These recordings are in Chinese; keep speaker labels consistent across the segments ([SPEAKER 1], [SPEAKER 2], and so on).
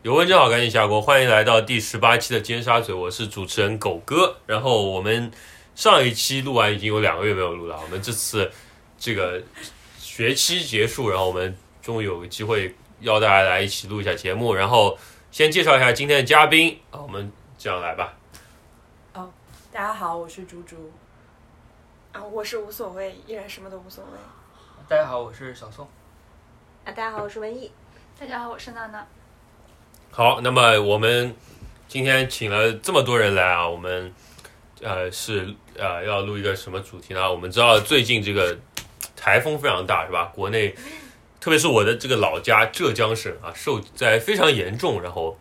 [SPEAKER 1] 有问正好赶紧下锅，欢迎来到第十八期的尖沙咀，我是主持人狗哥。然后我们上一期录完已经有两个月没有录了，我们这次这个学期结束，然后我们终于有机会邀大家来一起录一下节目。然后先介绍一下今天的嘉宾啊，我们这样来吧。
[SPEAKER 2] 大家好，我是猪猪。
[SPEAKER 3] 啊，我是无所谓，依然什么都无所谓。
[SPEAKER 4] 大家好，我是小宋。
[SPEAKER 5] 啊，大家好，我是文艺。
[SPEAKER 6] 大家好，我是娜娜。
[SPEAKER 1] 好，那么我们今天请了这么多人来啊，我们呃是呃要录一个什么主题呢？我们知道最近这个台风非常大，是吧？国内，特别是我的这个老家浙江省啊，受灾非常严重。然后，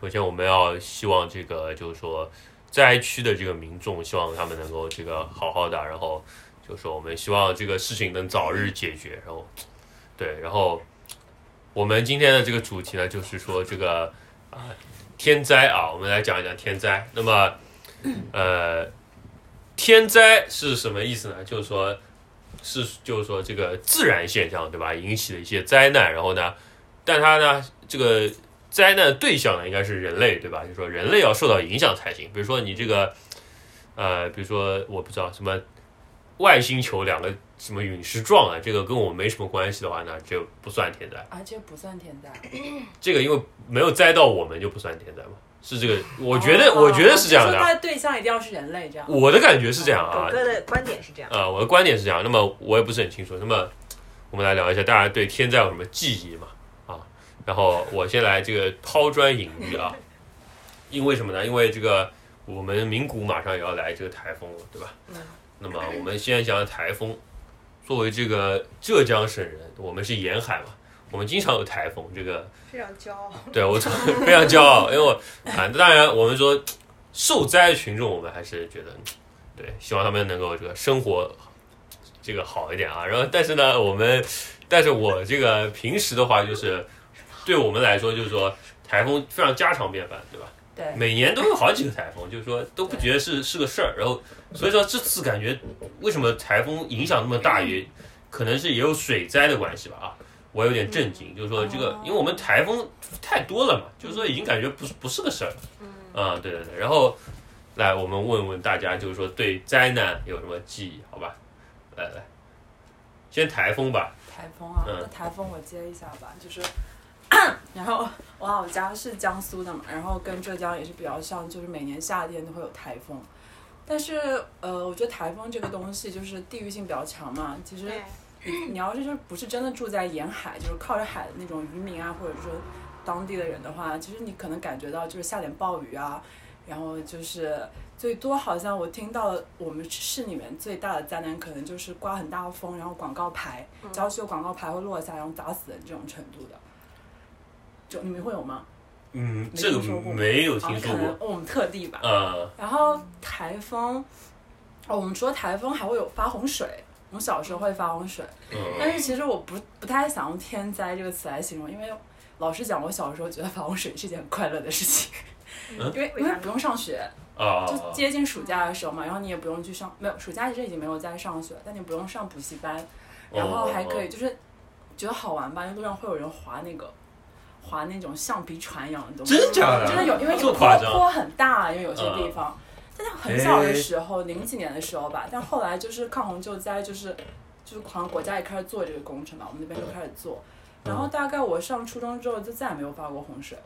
[SPEAKER 1] 首先我们要希望这个就是说灾区的这个民众，希望他们能够这个好好的，然后就是说我们希望这个事情能早日解决。然后，对，然后。我们今天的这个主题呢，就是说这个啊、天灾啊，我们来讲一讲天灾。那么，呃，天灾是什么意思呢？就是说，是就是说这个自然现象对吧，引起的一些灾难。然后呢，但它呢这个灾难对象呢应该是人类对吧？就是说人类要受到影响才行。比如说你这个呃，比如说我不知道什么外星球两个什么陨石撞啊，这个跟我没什么关系的话呢，就不算天灾。
[SPEAKER 2] 啊，这不算天灾，
[SPEAKER 1] 这个因为没有栽到我们就不算天灾嘛，是这个，我觉得、我觉得是这样
[SPEAKER 2] 哦就
[SPEAKER 1] 的嗯
[SPEAKER 2] 说
[SPEAKER 1] 啊，
[SPEAKER 2] 它的对象一定要是人类，这样。
[SPEAKER 1] 我的感觉是这样
[SPEAKER 5] 狗
[SPEAKER 1] 啊，
[SPEAKER 5] 哥的观点是这样，
[SPEAKER 1] 啊，我的观点是这样，那么我也不是很清楚，那么我们来聊一下大家对天灾有什么记忆嘛，啊，然后我先来这个抛砖引玉啊， 因为什么呢？因为这个我们名古马上也要来这个台风了，对吧？
[SPEAKER 2] 嗯
[SPEAKER 1] 那么我们先讲台风，作为这个浙江省人，我们是沿海嘛，我们经常有台风，这个。
[SPEAKER 3] 非常骄傲。
[SPEAKER 1] 对我非常骄傲，因为我啊，当然我们说受灾群众，我们还是觉得嗯对，希望他们能够这个生活这个好一点啊。然后，但是呢，我们，但是我这个平时的话，就是对我们来说，就是说台风非常家常便饭，对吧？
[SPEAKER 2] 对，
[SPEAKER 1] 每年都有好几个台风，就是说都不觉得是是个事儿。然后，所以说这次感觉为什么台风影响那么大，也可能是也有水灾的关系吧啊。我有点震惊，就是说这个
[SPEAKER 2] 哦，
[SPEAKER 1] 因为我们台风太多了嘛，就是说已经感觉不是不是个事儿了。
[SPEAKER 2] 嗯
[SPEAKER 1] 啊、对对对。然后来，我们问问大家，就是说对灾难有什么记忆？好吧，来来，先台风吧。
[SPEAKER 2] 台风啊，
[SPEAKER 1] 嗯
[SPEAKER 2] 那台风我接一下吧，就是， 然后我老家是江苏的嘛，然后跟浙江也是比较像，就是每年夏天都会有台风，但是呃，我觉得台风这个东西就是地域性比较强嘛，其实
[SPEAKER 3] 对，
[SPEAKER 2] 你要是就是不是真的住在沿海，就是靠着海的那种渔民啊，或者说当地的人的话，其实你可能感觉到就是下点暴雨啊，然后就是最多好像我听到我们市里面最大的灾难可能就是刮很大的风，然后广告牌，郊区有广告牌会落下，然后砸死人这种程度的。就你们会有吗？
[SPEAKER 1] 嗯，
[SPEAKER 2] 没
[SPEAKER 1] 这个
[SPEAKER 2] 听说过
[SPEAKER 1] 没有
[SPEAKER 2] 啊
[SPEAKER 1] 听，说
[SPEAKER 2] 可能
[SPEAKER 1] 过。
[SPEAKER 2] 我们特地吧。
[SPEAKER 1] 呃，
[SPEAKER 2] 然后台风，哦，我们除了台风还会有发洪水，我们小时候会发洪水。
[SPEAKER 1] 嗯，
[SPEAKER 2] 但是其实我不不太想用天灾这个词来形容，因为老实讲，我小时候觉得发洪水是一件很快乐的事情，
[SPEAKER 1] 嗯
[SPEAKER 2] 因为因为不用上学，
[SPEAKER 1] 啊，
[SPEAKER 2] 就接近暑假的时候嘛，然后你也不用去上，没有暑假其实已经没有在上学，但你不用上补习班，
[SPEAKER 1] 哦
[SPEAKER 2] 然后还可以就是觉得好玩吧，因为路上会有人划那个划那种橡皮船一样的东西，
[SPEAKER 1] 真假的？
[SPEAKER 2] 真的有，因为
[SPEAKER 1] 这么
[SPEAKER 2] 有
[SPEAKER 1] 夸
[SPEAKER 2] 坡
[SPEAKER 1] 张嗯
[SPEAKER 2] 坡很大，因为有些地方。但是很小的时候，零几年的时候吧，但后来就是抗洪救灾，就是就是好像国家也开始做这个工程嘛，我们那边就开始做。然后大概我上初中之后，就再也没有发过洪水，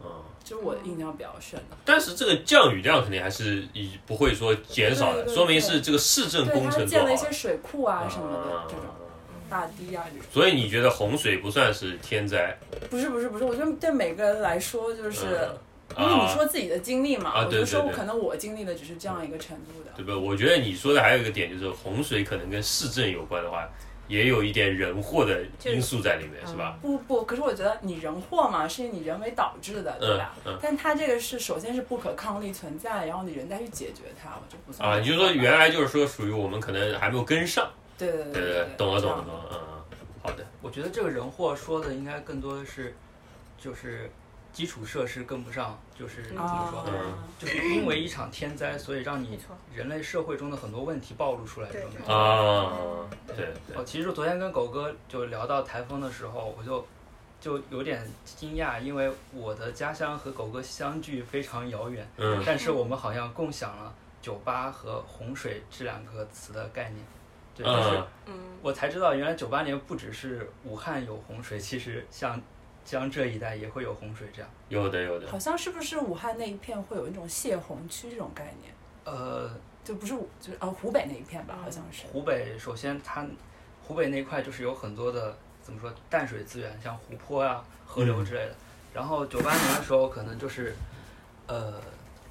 [SPEAKER 1] 嗯。
[SPEAKER 2] 就是我印象比较深。
[SPEAKER 1] 但是这个降雨量肯定还是以不会说减少
[SPEAKER 2] 对
[SPEAKER 1] 的，
[SPEAKER 2] 对对
[SPEAKER 1] 说明是这个市政
[SPEAKER 2] 对，
[SPEAKER 1] 工
[SPEAKER 2] 他
[SPEAKER 1] 程做
[SPEAKER 2] 建
[SPEAKER 1] 好
[SPEAKER 2] 了一些
[SPEAKER 1] 了。
[SPEAKER 2] 水库啊什么的
[SPEAKER 1] 啊
[SPEAKER 2] 这种大堤啊这种。
[SPEAKER 1] 所以你觉得洪水不算是天灾？
[SPEAKER 2] 不是不是不是，我觉得对每个人来说就是，因
[SPEAKER 1] 嗯
[SPEAKER 2] 为你
[SPEAKER 1] 啊，
[SPEAKER 2] 说自己的经历嘛，
[SPEAKER 1] 啊
[SPEAKER 2] 我就
[SPEAKER 1] 对对
[SPEAKER 2] 说
[SPEAKER 1] 对嗯
[SPEAKER 2] 可能我经历的只是这样一个程度的。
[SPEAKER 1] 对不对？我觉得你说的还有一个点就是洪水可能跟市政有关的话，也有一点人祸的因素在里面，是吧？
[SPEAKER 2] 不不，可是我觉得你人祸嘛，是你人为导致的，对
[SPEAKER 1] 嗯
[SPEAKER 2] 吧？
[SPEAKER 1] 嗯
[SPEAKER 2] 但它这个是首先是不可抗力存在，然后你人再去解决它，我就不算
[SPEAKER 1] 啊，
[SPEAKER 2] 人
[SPEAKER 1] 你就
[SPEAKER 2] 祸
[SPEAKER 1] 说
[SPEAKER 2] 吧
[SPEAKER 1] 原来就是说属于我们可能还没有跟上，
[SPEAKER 2] 对对对
[SPEAKER 1] 对
[SPEAKER 2] 对
[SPEAKER 1] 对，懂了
[SPEAKER 2] 这
[SPEAKER 1] 懂
[SPEAKER 2] 样
[SPEAKER 1] 了懂了，嗯，嗯好的，
[SPEAKER 4] 我觉得这个人祸说的应该更多的是，就是基础设施跟不上，就是怎么说，
[SPEAKER 5] 哦
[SPEAKER 1] 嗯
[SPEAKER 2] 啊，
[SPEAKER 4] 就是因为一场天灾，所以让
[SPEAKER 3] 没
[SPEAKER 4] 你
[SPEAKER 3] 错
[SPEAKER 4] 人类社会中的很多问题暴露出来这
[SPEAKER 3] 对
[SPEAKER 4] 种感觉。
[SPEAKER 1] 啊，对对
[SPEAKER 4] 哦，其实昨天跟狗哥就聊到台风的时候，我就就有点惊讶，因为我的家乡和狗哥相距非常遥远，
[SPEAKER 1] 嗯
[SPEAKER 4] 但是我们好像共享了“酒吧”和“洪水”这两个词的概念。对，但是
[SPEAKER 1] 嗯
[SPEAKER 3] 嗯
[SPEAKER 4] 我才知道，原来九八年不只是武汉有洪水，其实像江浙一带也会有洪水这样。
[SPEAKER 1] 有的有的，
[SPEAKER 2] 好像是不是武汉那一片会有一种泄洪区这种概念？
[SPEAKER 4] 呃，
[SPEAKER 2] 就不是武，就是呃湖北那一片吧，
[SPEAKER 3] 嗯
[SPEAKER 2] 好像是。
[SPEAKER 4] 湖北首先它湖北那块就是有很多的怎么说淡水资源，像湖泊啊、河流之类的。然后九八年的时候，可能就是呃，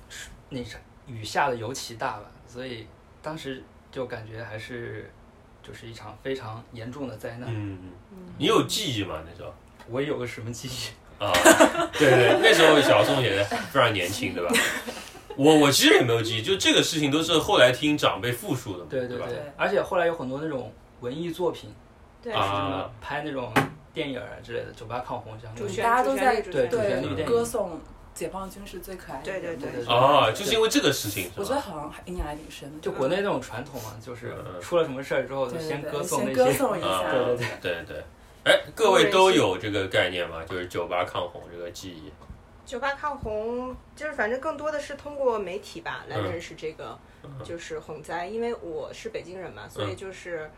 [SPEAKER 4] 是那啥雨下的尤其大吧，所以当时就感觉还是就是一场非常严重的灾难。
[SPEAKER 1] 嗯，你有记忆吗？那时候
[SPEAKER 4] 我也有个什么记忆？
[SPEAKER 1] 啊，对对，那时候小宋也非常年轻，对吧？我我其实也没有记忆，就这个事情都是后来听长辈复述的嘛，
[SPEAKER 4] 对
[SPEAKER 1] 对吧
[SPEAKER 4] 对，？
[SPEAKER 2] 对
[SPEAKER 4] 而且后来有很多那种文艺作品，
[SPEAKER 5] 对，
[SPEAKER 4] 是
[SPEAKER 1] 啊
[SPEAKER 4] 什么拍那种电影儿之类的，酒吧抗洪相关
[SPEAKER 5] 主
[SPEAKER 4] 的。
[SPEAKER 5] 旋
[SPEAKER 2] 大家都在
[SPEAKER 5] 主
[SPEAKER 4] 对
[SPEAKER 5] 旋律主
[SPEAKER 4] 主
[SPEAKER 5] 旋律
[SPEAKER 4] 旋
[SPEAKER 1] 律
[SPEAKER 2] 对
[SPEAKER 1] 电影
[SPEAKER 2] 歌颂解放军是最可爱的
[SPEAKER 3] 对对
[SPEAKER 2] 人物
[SPEAKER 3] 对
[SPEAKER 1] 哦，就是因为这个事情
[SPEAKER 2] 我
[SPEAKER 1] 是
[SPEAKER 2] 觉得
[SPEAKER 1] 吧？
[SPEAKER 2] 好像还印象还挺深的，
[SPEAKER 4] 就国内那种传统嘛，就是
[SPEAKER 1] 嗯
[SPEAKER 4] 出了什么事儿之后，
[SPEAKER 2] 对
[SPEAKER 4] 就
[SPEAKER 2] 对
[SPEAKER 4] 先
[SPEAKER 2] 对
[SPEAKER 4] 歌颂那
[SPEAKER 2] 先
[SPEAKER 4] 些。
[SPEAKER 2] 歌颂一
[SPEAKER 1] 啊
[SPEAKER 2] 下，
[SPEAKER 4] 对对对，
[SPEAKER 1] 对对，哎，各位都有这个概念吗？就是酒吧抗洪这个记忆，
[SPEAKER 5] 酒吧抗洪，就是反正更多的是通过媒体吧来
[SPEAKER 1] 嗯
[SPEAKER 5] 认识这个，就是洪灾。因为我是北京人嘛，所以就是
[SPEAKER 1] 嗯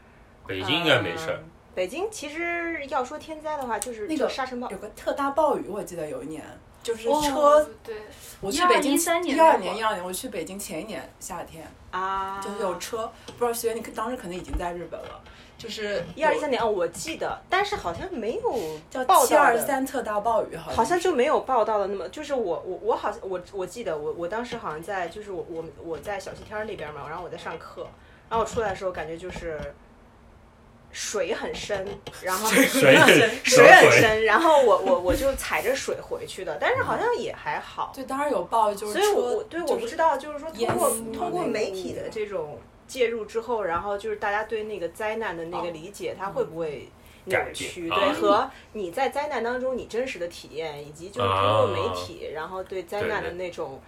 [SPEAKER 1] 北京应该没事儿
[SPEAKER 5] 呃。北京其实要说天灾的话，就是
[SPEAKER 2] 那个
[SPEAKER 5] 就沙尘暴。
[SPEAKER 2] 有个特大暴雨，我记得有一年，就是车，
[SPEAKER 6] 哦对，
[SPEAKER 2] 我去北京
[SPEAKER 6] 12年
[SPEAKER 2] 一二
[SPEAKER 6] 那会
[SPEAKER 2] 年
[SPEAKER 6] 儿
[SPEAKER 2] 一二年，我去北京前一年夏天，
[SPEAKER 5] 啊，
[SPEAKER 2] 就是有车，不知道学员你当时可能已经在日本了，就是
[SPEAKER 5] 一二一三年哦，我记得，但是好像没有
[SPEAKER 2] 叫
[SPEAKER 5] 报
[SPEAKER 2] 七
[SPEAKER 5] 道
[SPEAKER 2] 二
[SPEAKER 5] 的
[SPEAKER 2] 三特大暴雨，好
[SPEAKER 5] 好像就没有报道的那么，就是我我我好像我我记得我我当时好像在就是我我我在小西天儿那边嘛，然后我在上课，然后我出来的时候感觉就是水很深，然后
[SPEAKER 1] 水
[SPEAKER 5] 水很
[SPEAKER 1] 水
[SPEAKER 5] 深，然后我我我就踩着水回去的，但是好像也还好，
[SPEAKER 2] 对，当然有暴雨，就是
[SPEAKER 5] 所以我
[SPEAKER 2] 车嗯
[SPEAKER 5] 我对
[SPEAKER 2] 就是
[SPEAKER 5] 我不知道，就是说通过
[SPEAKER 2] 淹死
[SPEAKER 5] 通过
[SPEAKER 2] 那个
[SPEAKER 5] 媒体的这种介入之后，然后就是大家对那个灾难的那
[SPEAKER 2] 哦
[SPEAKER 5] 个理解，
[SPEAKER 2] 嗯
[SPEAKER 5] 它会不会扭
[SPEAKER 1] 改变
[SPEAKER 5] 曲？
[SPEAKER 1] 啊
[SPEAKER 5] 对，和你在灾难当中你真实的体验，以及就是通过
[SPEAKER 1] 啊
[SPEAKER 5] 媒体，然后对灾难的那种。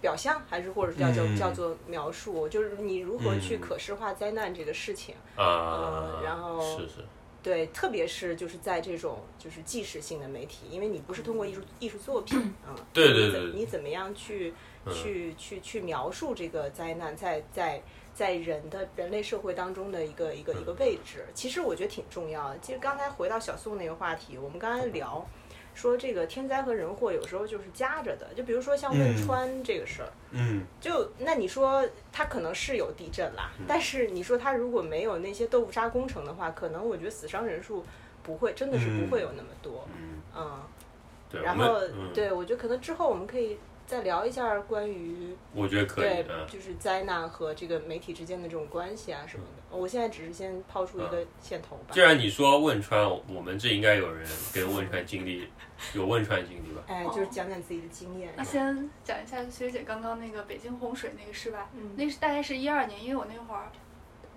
[SPEAKER 5] 表象还是或者叫叫
[SPEAKER 1] 嗯
[SPEAKER 5] 叫做描述，就是你如何去
[SPEAKER 1] 嗯
[SPEAKER 5] 可视化灾难这个事情，
[SPEAKER 1] 啊
[SPEAKER 5] 嗯，然后
[SPEAKER 1] 是是，
[SPEAKER 5] 对，特别是就是在这种就是纪实性的媒体，因为你不是通过艺术艺术作品，嗯，
[SPEAKER 1] 对对
[SPEAKER 5] 你怎
[SPEAKER 1] 对对
[SPEAKER 5] 你怎么样去
[SPEAKER 1] 嗯
[SPEAKER 5] 去去去描述这个灾难在在在人的人类社会当中的一个一个
[SPEAKER 1] 嗯
[SPEAKER 5] 一个位置，其实我觉得挺重要的。其实刚才回到小宋那个话题，我们刚才聊
[SPEAKER 1] 嗯
[SPEAKER 5] 说这个天灾和人祸有时候就是夹着的，就比如说像汶
[SPEAKER 1] 嗯
[SPEAKER 5] 川这个事儿，
[SPEAKER 1] 嗯，
[SPEAKER 5] 就那你说它可能是有地震啦，但是你说它如果没有那些豆腐渣工程的话，可能我觉得死伤人数不会，真的是不会有那么多。
[SPEAKER 1] 嗯
[SPEAKER 5] 嗯，
[SPEAKER 1] 对，
[SPEAKER 5] 然
[SPEAKER 1] 我
[SPEAKER 5] 后
[SPEAKER 1] 们嗯，
[SPEAKER 5] 对我觉得可能之后我们可以再聊一下关于
[SPEAKER 1] 我觉得可以
[SPEAKER 5] 对，
[SPEAKER 1] 嗯，
[SPEAKER 5] 就是灾难和这个媒体之间的这种关系啊什么的。
[SPEAKER 1] 嗯
[SPEAKER 5] 我现在只是先抛出一个线头吧
[SPEAKER 1] 既。然你说汶川，我们这应该有人跟汶川经历有汶川经历吧？
[SPEAKER 5] 哎，就是讲讲自己的经验。
[SPEAKER 6] 那先讲一下学姐刚刚那个北京洪水那个事吧，
[SPEAKER 5] 嗯
[SPEAKER 6] 那是大概是一二年，因为我那会儿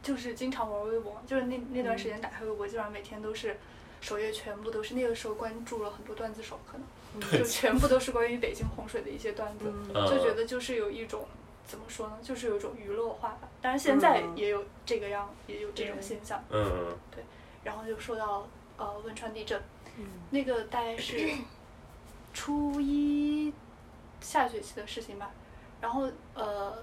[SPEAKER 6] 就是经常玩微博，就是那那段时间打开微博，基本上每天都是首页全部都是，那个时候关注了很多段子手，可
[SPEAKER 5] 嗯
[SPEAKER 6] 能就全部都是关于北京洪水的一些段子，
[SPEAKER 1] 嗯
[SPEAKER 6] 就觉得就是有一种怎么说呢，就是有一种娱乐化吧。当然现在
[SPEAKER 5] 嗯
[SPEAKER 6] 也有这个样，也有这种现象。
[SPEAKER 1] 嗯
[SPEAKER 6] 然后就说到呃汶川地震，
[SPEAKER 5] 嗯
[SPEAKER 6] 那个大概是初一下学期的事情吧。然后呃，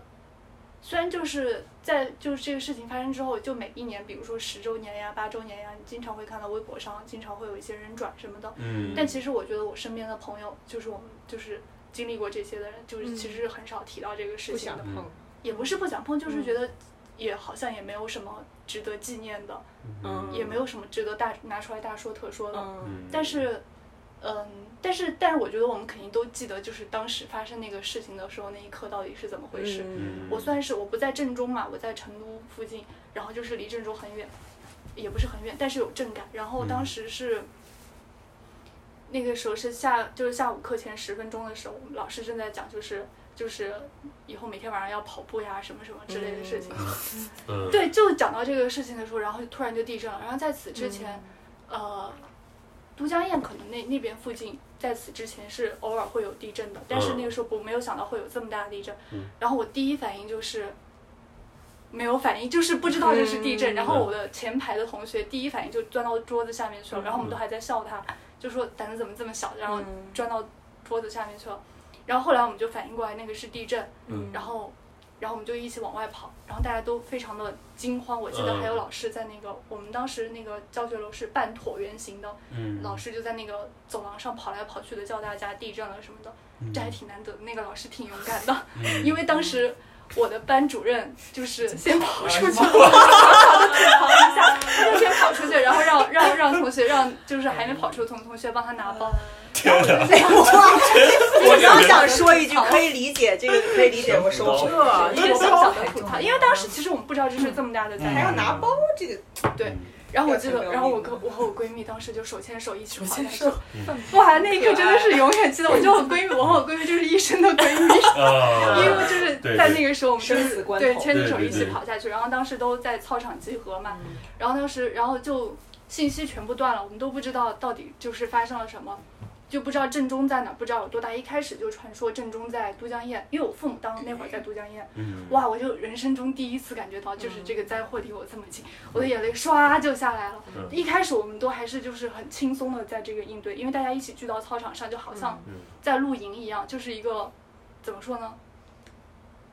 [SPEAKER 6] 虽然就是在就是这个事情发生之后，就每一年，比如说十周年呀、八周年呀，你经常会看到微博上经常会有一些人转什么的。
[SPEAKER 1] 嗯，
[SPEAKER 6] 但其实我觉得我身边的朋友，就是我们就是经历过这些的人，就是
[SPEAKER 3] 嗯
[SPEAKER 6] 其实很少提到这个事
[SPEAKER 5] 不
[SPEAKER 6] 情
[SPEAKER 5] 想
[SPEAKER 6] 的，
[SPEAKER 1] 嗯
[SPEAKER 5] 碰，
[SPEAKER 6] 也不是不想碰，就是觉得也好像也没有什么值得纪念的。
[SPEAKER 5] 嗯，
[SPEAKER 6] 也没有什么值得大拿出来大说特说的。
[SPEAKER 5] 嗯，
[SPEAKER 1] 嗯，
[SPEAKER 6] 但是，嗯，但是但是我觉得我们肯定都记得，就是当时发生那个事情的时候，那一刻到底是怎么回事。
[SPEAKER 1] 嗯
[SPEAKER 6] 我算是我不在郑州嘛，我在成都附近，然后就是离郑州很远，也不是很远，但是有震感。然
[SPEAKER 1] 嗯
[SPEAKER 6] 后当时是。那个时候是下，就是下午课前十分钟的时候，我们老师正在讲，就是就是以后每天晚上要跑步呀，什么什么之类的事情。
[SPEAKER 1] 嗯
[SPEAKER 6] 对，就讲到这个事情的时候，然后突然就地震了。然后在此之前，呃，都江堰可能那那边附近，在此之前是偶尔会有地震的，但是那个时候我没有想到会有这么大的地震。
[SPEAKER 1] 嗯
[SPEAKER 6] 然后我第一反应就是没有反应，就是不知道这是地震。然后我的前排的同学第一反应就钻到桌子下面去了，然后我们都还在笑他。就说胆子怎么这么小，然后
[SPEAKER 5] 嗯
[SPEAKER 6] 钻到桌子下面去了。然后后来我们就反应过来那个是地震，
[SPEAKER 1] 嗯
[SPEAKER 6] 然后然后我们就一起往外跑，然后大家都非常的惊慌。我记得
[SPEAKER 1] 嗯
[SPEAKER 6] 还有老师在那个、我们当时那个教学楼是半椭圆形的，
[SPEAKER 4] 嗯
[SPEAKER 6] 老师就在那个走廊上跑来跑去的叫大家地震了什么的，
[SPEAKER 1] 嗯
[SPEAKER 6] 这还挺难得的。那个老师挺勇敢的， 因为当时我的班主任就是先跑出去，跑了一下，他就先跑出去，然后让让让同学让就是还没跑出的同同学帮他拿包。
[SPEAKER 1] 天哪！
[SPEAKER 5] 我刚想说 一句，可以理解这个，可以理解我
[SPEAKER 1] 嗯
[SPEAKER 5] 收拾
[SPEAKER 4] 这，
[SPEAKER 1] 哦
[SPEAKER 6] 一个小小的吐槽，因为 当时其实我们不知道这是这么大的灾
[SPEAKER 5] 还要
[SPEAKER 6] 害。
[SPEAKER 5] 拿包这个，
[SPEAKER 1] 嗯
[SPEAKER 6] 然后我记
[SPEAKER 5] 这
[SPEAKER 6] 得，
[SPEAKER 5] 个
[SPEAKER 6] 然后我跟我和我闺蜜当时就手牵手一起跑
[SPEAKER 2] 牵
[SPEAKER 6] 下去，哇，那一刻真的 是永远记得。我就我闺蜜，我和我闺蜜就是一生的闺蜜， 因为
[SPEAKER 1] 啊，
[SPEAKER 6] 就是
[SPEAKER 1] 对
[SPEAKER 6] 在那个时候我们就
[SPEAKER 5] 生死
[SPEAKER 6] 是
[SPEAKER 5] 关头
[SPEAKER 6] 对牵着手
[SPEAKER 1] 对对
[SPEAKER 6] 一起
[SPEAKER 1] 对
[SPEAKER 6] 跑下去，然后当时都在操场集合嘛，然后当时然后就信息全部断了，我们都不知道到底就是发生了什么。就不知道震中在哪，不知道有多大。一开始就传说震中在都江堰，因为我父母当那会儿在都江堰，
[SPEAKER 1] 嗯，
[SPEAKER 6] 哇，我就人生中第一次感觉到，就是这个灾祸离我这么近，我的眼泪唰就下来了。
[SPEAKER 1] 嗯
[SPEAKER 6] 一开始我们都还是就是很轻松的在这个应对，因为大家一起聚到操场上，就好像
[SPEAKER 1] 嗯嗯
[SPEAKER 6] 在露营一样，就是一个怎么说呢？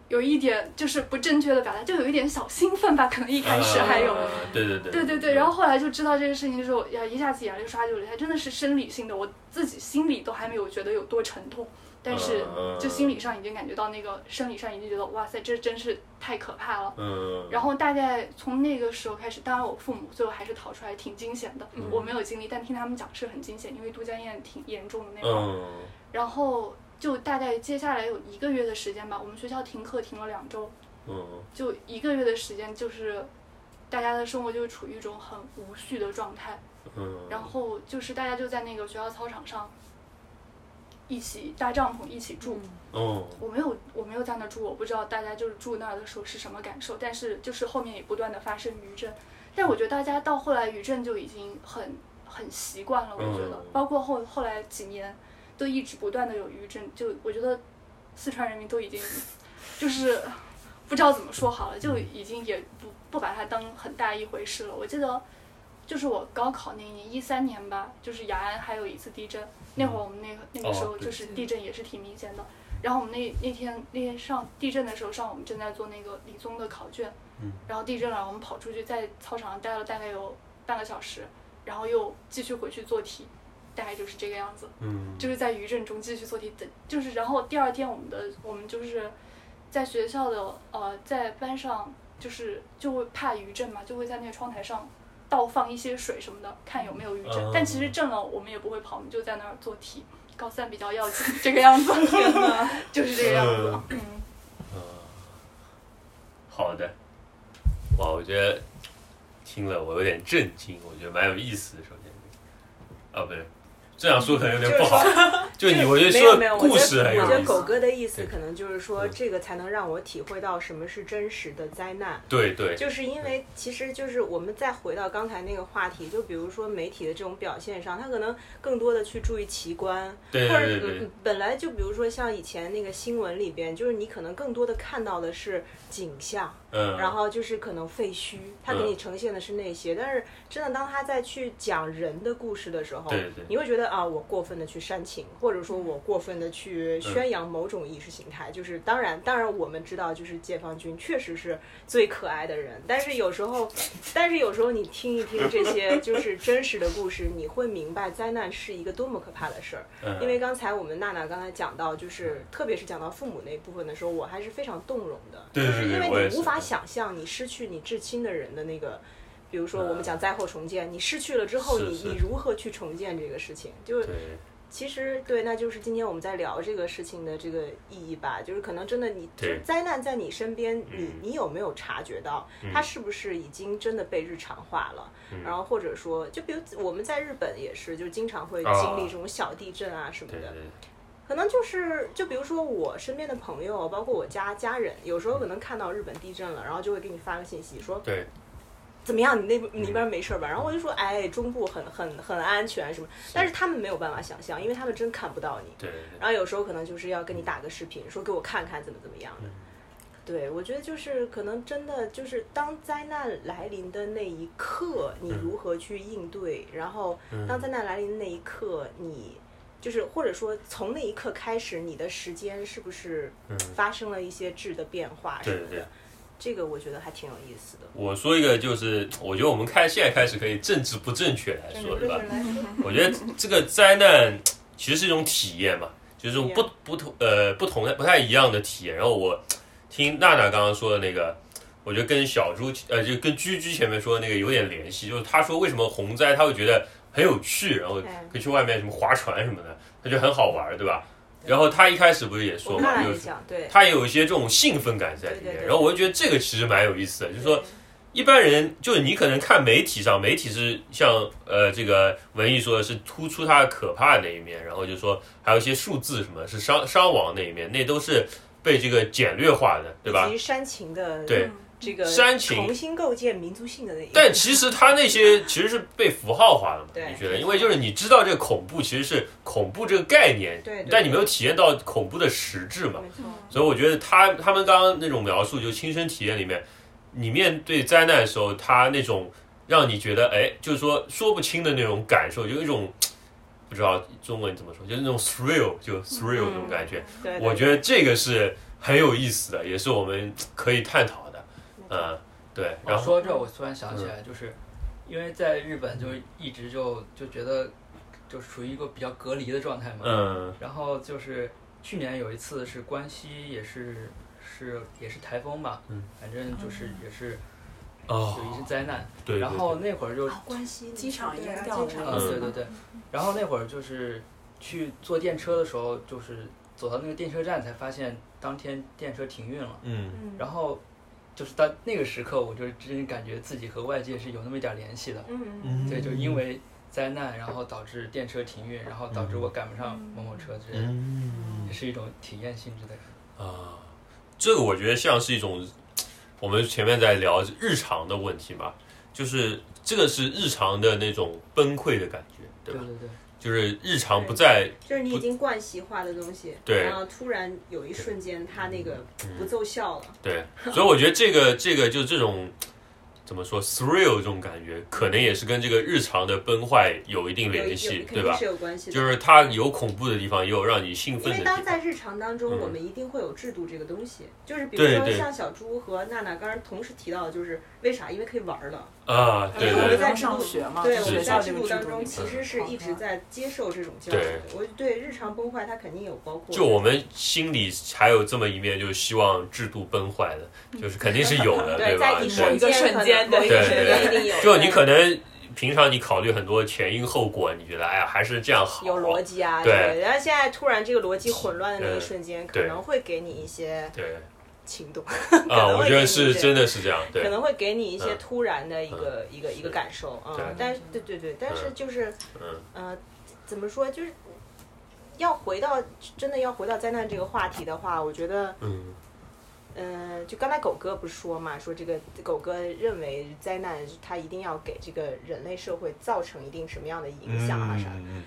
[SPEAKER 6] 有一点就是不正确的表达，就有一点小兴奋吧，可能一开始还有，
[SPEAKER 1] 啊对对对，
[SPEAKER 6] 对对对，然后后来就知道这个事情之后，呀，一下子眼泪唰就流下来，真的是生理性的，我自己心里都还没有觉得有多沉痛，但是
[SPEAKER 1] 嗯
[SPEAKER 6] 就心理上已经感觉到那个生理上已经觉得哇塞，这真是太可怕了。
[SPEAKER 1] 嗯，
[SPEAKER 6] 然后大概从那个时候开始，当然我父母最后还是逃出来，挺惊险
[SPEAKER 1] 嗯
[SPEAKER 6] 的。我没有经历，但听他们讲是很惊险，因为都江堰挺严重的那会儿。
[SPEAKER 1] 嗯
[SPEAKER 6] 然后就大概接下来有一个月的时间吧，我们学校停课停了两周，
[SPEAKER 1] 嗯
[SPEAKER 6] 就一个月的时间，就是大家的生活就处于一种很无序的状态，
[SPEAKER 1] 嗯，
[SPEAKER 6] 然后就是大家就在那个学校操场上一起搭帐篷一起住。
[SPEAKER 1] 嗯
[SPEAKER 6] 我没有我没有在那儿住，我不知道大家就是住那儿的时候是什么感受，但是就是后面也不断的发生余震，但我觉得大家到后来余震就已经很很习惯了，我觉得，
[SPEAKER 1] 嗯
[SPEAKER 6] 包括后后来几年都一直不断的有余震，就我觉得四川人民都已经就是不知道怎么说好了，就已经也不不把它当很大一回事了。我记得就是我高考那一年，一三年吧，就是雅安还有一次地震，那会儿我们那个那个时候
[SPEAKER 1] 哦对
[SPEAKER 6] 就是地震也是挺明显的。然后我们那那天那天上地震的时候，上午我们正在做那个理综的考卷，
[SPEAKER 1] 嗯
[SPEAKER 6] 然后地震了，我们跑出去在操场上待了大概有半个小时，然后又继续回去做题，大概就是这个样子。
[SPEAKER 1] 嗯
[SPEAKER 6] 就是在余震中继续做题，就是然后第二天我们的我们就是在学校的呃在班上就是就会怕余震嘛，就会在那个窗台上倒放一些水什么的，看有没有余震。
[SPEAKER 1] 嗯
[SPEAKER 6] 但其实震了我们也不会跑，我们就在那儿做题。高三比较要紧，这个样子， 就是这个样子。嗯，
[SPEAKER 1] 好的，哇，我觉得听了我有点震惊，我觉得蛮有意思的。首先，啊，不是，这样说可能有点不好。就你，我觉得
[SPEAKER 5] 没有
[SPEAKER 1] 说
[SPEAKER 5] 没有，
[SPEAKER 1] 的
[SPEAKER 5] 我
[SPEAKER 1] 故
[SPEAKER 5] 觉
[SPEAKER 1] 事
[SPEAKER 5] 得
[SPEAKER 1] 很
[SPEAKER 5] 我觉
[SPEAKER 1] 有
[SPEAKER 5] 得
[SPEAKER 1] 意
[SPEAKER 5] 狗
[SPEAKER 1] 思。
[SPEAKER 5] 哥的意思
[SPEAKER 1] 对
[SPEAKER 5] 可能就是说，
[SPEAKER 1] 嗯
[SPEAKER 5] 这个才能让我体会到什么是真实的灾难。
[SPEAKER 1] 对对，
[SPEAKER 5] 就是因为，其实就是我们再回到刚才那个话题，就比如说媒体的这种表现上，他可能更多的去注意奇观，
[SPEAKER 1] 对
[SPEAKER 5] 或者
[SPEAKER 1] 对对对
[SPEAKER 5] 嗯本来就比如说像以前那个新闻里边，就是你可能更多的看到的是景象，
[SPEAKER 1] 嗯，
[SPEAKER 5] 然后就是可能废墟，它给你呈现的是那些。但是真的，当他在去讲人的故事的时候，
[SPEAKER 1] 对对
[SPEAKER 5] 你会觉得啊，我过分的去煽情，或者说我过分的去宣扬某种意识形态。就是当然，当然我们知道，就是解放军确实是最可爱的人，但是有时候，但是有时候你听一听这些就是真实的故事，你会明白灾难是一个多么可怕的事儿。
[SPEAKER 1] 嗯
[SPEAKER 5] 因为刚才我们娜娜刚才讲到，就是特别是讲到父母那部分的时候，我还是非常动容的，
[SPEAKER 1] 对对
[SPEAKER 5] 就是
[SPEAKER 1] 对
[SPEAKER 5] 因
[SPEAKER 1] 我也
[SPEAKER 5] 为
[SPEAKER 1] 是
[SPEAKER 5] 你无法想象你失去你至亲的人的那个，比如说我们讲灾后重建，你失去了之后，
[SPEAKER 1] 嗯是
[SPEAKER 5] 你
[SPEAKER 1] 是
[SPEAKER 5] 你如何去重建这个事情？就是
[SPEAKER 1] 对，
[SPEAKER 5] 其实对，那就是今天我们在聊这个事情的这个意义吧，就是可能真的你
[SPEAKER 1] 对
[SPEAKER 5] 就是灾难在你身边，你
[SPEAKER 1] 嗯
[SPEAKER 5] 你有没有察觉到它是不是已经真的被日常化了？
[SPEAKER 1] 嗯
[SPEAKER 5] 然后或者说，就比如我们在日本也是，就经常会
[SPEAKER 1] 啊
[SPEAKER 5] 经历这种小地震啊什么
[SPEAKER 1] 对
[SPEAKER 5] 的。
[SPEAKER 1] 对
[SPEAKER 5] 可能就是，就比如说我身边的朋友，包括我家家人，有时候可能看到日本地震了，然后就会给你发个信息说
[SPEAKER 1] 对，
[SPEAKER 5] 怎么样，你那你那边没事儿吧？然后我就说，哎，中部很很很安全什么，但是他们没有办法想象，因为他们真看不到你。
[SPEAKER 1] 对对，
[SPEAKER 5] 然后有时候可能就是要跟你打个视频，说给我看看怎么怎么样的。对，我觉得就是可能真的就是当灾难来临的那一刻，你
[SPEAKER 1] 嗯
[SPEAKER 5] 如何去应对，然后当
[SPEAKER 1] 嗯
[SPEAKER 5] 灾难来临的那一刻，你就是或者说从那一刻开始，你的时间是不是
[SPEAKER 1] 嗯，
[SPEAKER 5] 发生了一些质的变化什
[SPEAKER 1] 对
[SPEAKER 5] 么
[SPEAKER 1] 对
[SPEAKER 5] 的？
[SPEAKER 1] 对。
[SPEAKER 5] 这个我觉得还挺有意思的。
[SPEAKER 1] 我说一个，就是我觉得我们开现在开始可以政治不正确来
[SPEAKER 5] 政治
[SPEAKER 1] 说，
[SPEAKER 5] 不
[SPEAKER 1] 对
[SPEAKER 5] 正
[SPEAKER 1] 吧
[SPEAKER 5] 确？
[SPEAKER 6] 来说，
[SPEAKER 1] 我觉得这个灾难其实是一种体验嘛，就是这种不
[SPEAKER 5] Yeah.
[SPEAKER 1] 不同呃不同的不太一样的体验。然后我听娜娜刚刚说的那个，我觉得跟小猪呃就跟居居前面说的那个有点联系，就是他说为什么洪灾他会觉得很有趣，然后
[SPEAKER 5] 嗯
[SPEAKER 1] 可以去外面什么划船什么的，他觉得很好玩，对吧？然后他一开始不是也说
[SPEAKER 5] 我
[SPEAKER 1] 嘛，
[SPEAKER 5] 看
[SPEAKER 1] 就
[SPEAKER 5] 了一
[SPEAKER 1] 是
[SPEAKER 5] 讲，对，
[SPEAKER 1] 他也有一些这种兴奋感在里
[SPEAKER 5] 对对
[SPEAKER 1] 面。
[SPEAKER 5] 对
[SPEAKER 1] 然后我就觉得这个其实蛮有意思的，就是说
[SPEAKER 5] 对
[SPEAKER 1] 一般人就是你可能看媒体上，媒体是像呃这个文艺说的是突出它可怕的那一面，然后就说还有一些数字什么是伤伤亡那一面，那都是被这个简略化的，对吧
[SPEAKER 5] 以？及煽情的
[SPEAKER 1] 对，
[SPEAKER 5] 这个
[SPEAKER 1] 煽情
[SPEAKER 5] 重新构建民族性的那一
[SPEAKER 1] 但其实它那些其实是被符号化的嘛，
[SPEAKER 5] 对
[SPEAKER 1] 你觉得？因为就是你知道这个恐怖其实是恐怖这个概念，
[SPEAKER 5] 对对
[SPEAKER 1] 但你没有体验到恐怖的实质嘛。
[SPEAKER 5] 没错，
[SPEAKER 2] 嗯
[SPEAKER 1] 所以我觉得他他们刚刚那种描述，就亲身体验里面，你面对灾难的时候，他那种让你觉得哎，就是说说不清的那种感受，就一种不知道中文怎么说，就是那种 thrill，就 thrill 那种感觉。
[SPEAKER 5] 对，
[SPEAKER 1] 我觉
[SPEAKER 5] 得
[SPEAKER 1] 得这个是很有意思的，也是我们可以探讨的。嗯，对。然
[SPEAKER 4] 然后
[SPEAKER 1] 后
[SPEAKER 2] 哦
[SPEAKER 4] 说到这儿，我突然想起来，就是因为在日本就一直就就觉得就处于一个比较隔离的状态嘛。
[SPEAKER 1] 嗯
[SPEAKER 4] 然后就是去年有一次是关西，也是是也是台风吧，
[SPEAKER 1] 嗯
[SPEAKER 4] 反正就是也是
[SPEAKER 1] 哦
[SPEAKER 4] 属，于是灾难。
[SPEAKER 1] 对。
[SPEAKER 4] 然后那会儿就
[SPEAKER 5] 好关心
[SPEAKER 2] 啊机场
[SPEAKER 5] 对
[SPEAKER 2] 淹
[SPEAKER 5] 啊
[SPEAKER 2] 掉
[SPEAKER 5] 机
[SPEAKER 2] 了
[SPEAKER 5] 场
[SPEAKER 4] 嗯，
[SPEAKER 1] 哦嗯
[SPEAKER 4] 对对对。然后那会儿就是去坐电车的时候，就是走到那个电车站才发现当天电车停运了。
[SPEAKER 1] 嗯
[SPEAKER 5] 嗯
[SPEAKER 4] 然后就是到那个时刻，我就真感觉自己和外界是有那么一点联系的。
[SPEAKER 5] 嗯嗯
[SPEAKER 1] 嗯，
[SPEAKER 4] 对，就因为灾难，然后导致电车停运，然后导致我赶不上某某车之类的，
[SPEAKER 1] 嗯。
[SPEAKER 4] 也是一种体验性质的感觉。
[SPEAKER 1] 啊，这个我觉得像是一种，我们前面在聊日常的问题嘛，就是这个是日常的那种崩溃的感觉，对吧？
[SPEAKER 4] 对对，
[SPEAKER 1] 就是日常不在，
[SPEAKER 5] 就是你已经惯习化的东西，
[SPEAKER 1] 对嗯
[SPEAKER 5] 然后突然有一瞬间它那个不奏效了，
[SPEAKER 1] 对，所以我觉得这个这个就这种怎么说 thrill 这种感觉，可能也是跟这个日常的崩坏有一定
[SPEAKER 5] 有
[SPEAKER 1] 联
[SPEAKER 5] 有
[SPEAKER 1] 系，
[SPEAKER 5] 肯
[SPEAKER 1] 对
[SPEAKER 5] 定
[SPEAKER 1] 吧
[SPEAKER 5] 是？有关系的。
[SPEAKER 1] 就是它有恐怖的地方，也有让你兴
[SPEAKER 5] 因
[SPEAKER 1] 奋的
[SPEAKER 5] 为
[SPEAKER 1] 地
[SPEAKER 5] 当在
[SPEAKER 1] 方。
[SPEAKER 5] 日常当中，
[SPEAKER 1] 嗯
[SPEAKER 5] 我们一定会有制度这个东西，就是比如
[SPEAKER 1] 对
[SPEAKER 5] 说
[SPEAKER 1] 对
[SPEAKER 5] 像小猪和娜娜刚才同时提到的，就是为啥？因为可以玩了。
[SPEAKER 1] 啊，对
[SPEAKER 5] 因为
[SPEAKER 1] 对
[SPEAKER 5] 我
[SPEAKER 1] 对
[SPEAKER 5] 们在制
[SPEAKER 2] 上
[SPEAKER 5] 度
[SPEAKER 2] 学嘛
[SPEAKER 5] 对，
[SPEAKER 2] 啊就
[SPEAKER 5] 我
[SPEAKER 1] 是
[SPEAKER 5] 们
[SPEAKER 2] 在
[SPEAKER 5] 在
[SPEAKER 2] 这
[SPEAKER 5] 制
[SPEAKER 2] 个
[SPEAKER 5] 度
[SPEAKER 2] 制
[SPEAKER 5] 当
[SPEAKER 2] 度
[SPEAKER 5] 中
[SPEAKER 2] 里
[SPEAKER 5] 其
[SPEAKER 2] 面
[SPEAKER 5] 实是一直在接受这种教育
[SPEAKER 1] 对
[SPEAKER 5] 的。我对日常崩坏，它肯定有包括。
[SPEAKER 1] 就我们心里还有这么一面，就是希望制度崩坏 的，就是肯定是有的，
[SPEAKER 5] 对，
[SPEAKER 1] 吧？
[SPEAKER 5] 在
[SPEAKER 1] 对。
[SPEAKER 5] 一
[SPEAKER 2] 某
[SPEAKER 5] 瞬
[SPEAKER 2] 一个
[SPEAKER 5] 间
[SPEAKER 2] 瞬间
[SPEAKER 5] 可能
[SPEAKER 2] 对
[SPEAKER 5] 某一
[SPEAKER 1] 对
[SPEAKER 5] 个
[SPEAKER 1] 对
[SPEAKER 5] 瞬
[SPEAKER 1] 对
[SPEAKER 5] 间一定有。
[SPEAKER 1] 就你可能平常你考虑很多前因后果，你觉得哎呀还是这样好，
[SPEAKER 5] 有逻辑啊，
[SPEAKER 1] 对
[SPEAKER 5] 对。然后现在突然这个逻辑混乱的那一瞬间，可
[SPEAKER 1] 对
[SPEAKER 5] 能会给你一些
[SPEAKER 1] 对
[SPEAKER 5] 情动，
[SPEAKER 1] 啊，
[SPEAKER 5] 能
[SPEAKER 1] 我
[SPEAKER 5] 会
[SPEAKER 1] 觉得
[SPEAKER 5] 给你
[SPEAKER 1] 是
[SPEAKER 5] 一些
[SPEAKER 1] 真的是这样，
[SPEAKER 5] 可
[SPEAKER 1] 对
[SPEAKER 5] 能会给你一些
[SPEAKER 1] 嗯
[SPEAKER 5] 突然的一个一个一个感受啊
[SPEAKER 1] 对。
[SPEAKER 5] 但是对对对，但是就是
[SPEAKER 1] 嗯
[SPEAKER 5] 呃，怎么说就是。要回到真的要回到灾难这个话题的话，我觉得，
[SPEAKER 1] 嗯
[SPEAKER 5] 嗯、就刚才狗哥不是说嘛，说这个狗哥认为灾难它一定要给这个人类社会造成一定什么样的影响啊啥的。
[SPEAKER 1] 嗯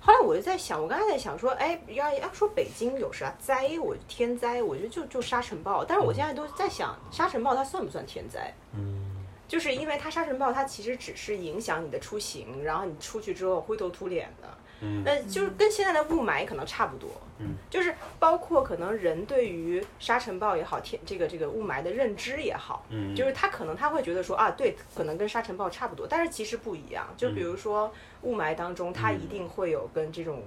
[SPEAKER 5] 后来我就在想，我刚才在想说，哎，要要说北京有啥灾，我天灾，我就就就沙尘暴。但是我现在都在想，沙尘暴它算不算天灾？
[SPEAKER 1] 嗯
[SPEAKER 5] 就是因为它沙尘暴，它其实只是影响你的出行，然后你出去之后灰头土脸的，
[SPEAKER 1] 嗯
[SPEAKER 5] 那就是跟现在的雾霾可能差不多。
[SPEAKER 1] 嗯，
[SPEAKER 5] 就是包括可能人对于沙尘暴也好，天这个这个雾霾的认知也好，
[SPEAKER 1] 嗯，
[SPEAKER 5] 就是他可能他会觉得说啊，对，可能跟沙尘暴差不多，但是其实不一样。
[SPEAKER 1] 嗯
[SPEAKER 5] 就比如说雾霾当中，它一定会有跟这种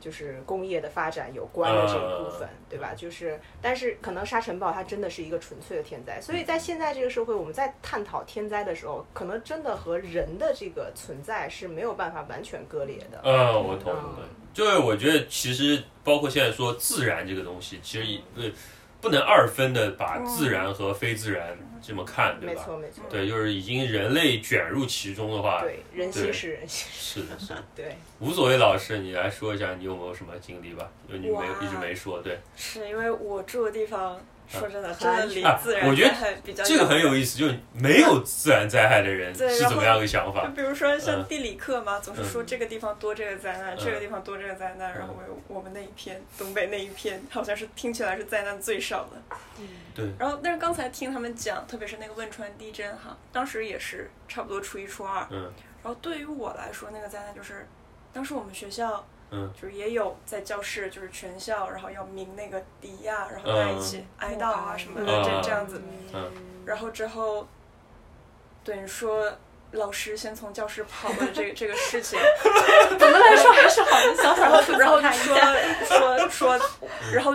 [SPEAKER 5] 就是工业的发展有关的这一部分，
[SPEAKER 1] 呃
[SPEAKER 5] 对吧？就是，但是可能沙尘暴它真的是一个纯粹的天灾，所以在现在这个社会，我们在探讨天灾的时候，可能真的和人的这个存在是没有办法完全割裂的。
[SPEAKER 1] 啊，我同
[SPEAKER 5] 嗯
[SPEAKER 1] 意，对，就是我觉得其实包括现在说自然这个东西，其实也不不能二分的把自然和非自然这么看，呃对
[SPEAKER 5] 嗯没
[SPEAKER 1] 吧？
[SPEAKER 5] 错没错，
[SPEAKER 1] 对，就是已经人类卷入其中的话，
[SPEAKER 5] 对人
[SPEAKER 1] 对
[SPEAKER 5] 心是人心，
[SPEAKER 1] 是的，是的。
[SPEAKER 5] 对，
[SPEAKER 1] 无所谓，老师，你来说一下你有没有什么经历吧？因为你没有
[SPEAKER 3] 哇
[SPEAKER 1] 一直没说，对，
[SPEAKER 3] 是因为我住的地方，说真的，
[SPEAKER 5] 啊
[SPEAKER 3] 真的离
[SPEAKER 1] 啊
[SPEAKER 3] 自然
[SPEAKER 1] 我觉得
[SPEAKER 3] 灾害比较
[SPEAKER 1] 这个很有意思，就是没有自然灾害的人
[SPEAKER 3] 对
[SPEAKER 1] 是怎么样个想
[SPEAKER 3] 就
[SPEAKER 1] 法？
[SPEAKER 3] 比如说像
[SPEAKER 1] 嗯
[SPEAKER 3] 地理课嘛，总是说这个地方多这个灾难，
[SPEAKER 1] 嗯
[SPEAKER 3] 这个地方多这个灾难，
[SPEAKER 1] 嗯
[SPEAKER 3] 然后我我们那一片东北那一片好像是听起来是灾难最少的。
[SPEAKER 1] 对，
[SPEAKER 3] 然后但是刚才听他们讲，特别是那个汶川地震哈，当时也是差不多初一初二。
[SPEAKER 1] 嗯
[SPEAKER 3] 然后对于我来说，那个灾难就是，当时我们学校
[SPEAKER 1] 嗯
[SPEAKER 3] 就是也有在教室，就是全校，然后要鸣那个笛呀、然后大家一起哀悼啊什么的，
[SPEAKER 1] 嗯
[SPEAKER 3] 这这样子。
[SPEAKER 1] 嗯
[SPEAKER 3] 然后之后，对你说老师先从教室跑了 这个这个事情，
[SPEAKER 6] 总的来说还是好的，小
[SPEAKER 3] 然
[SPEAKER 6] 小
[SPEAKER 3] 后
[SPEAKER 6] 的吐
[SPEAKER 3] 然
[SPEAKER 6] 槽
[SPEAKER 3] 后
[SPEAKER 6] 他一
[SPEAKER 3] 说
[SPEAKER 6] 下。
[SPEAKER 3] 说说，然后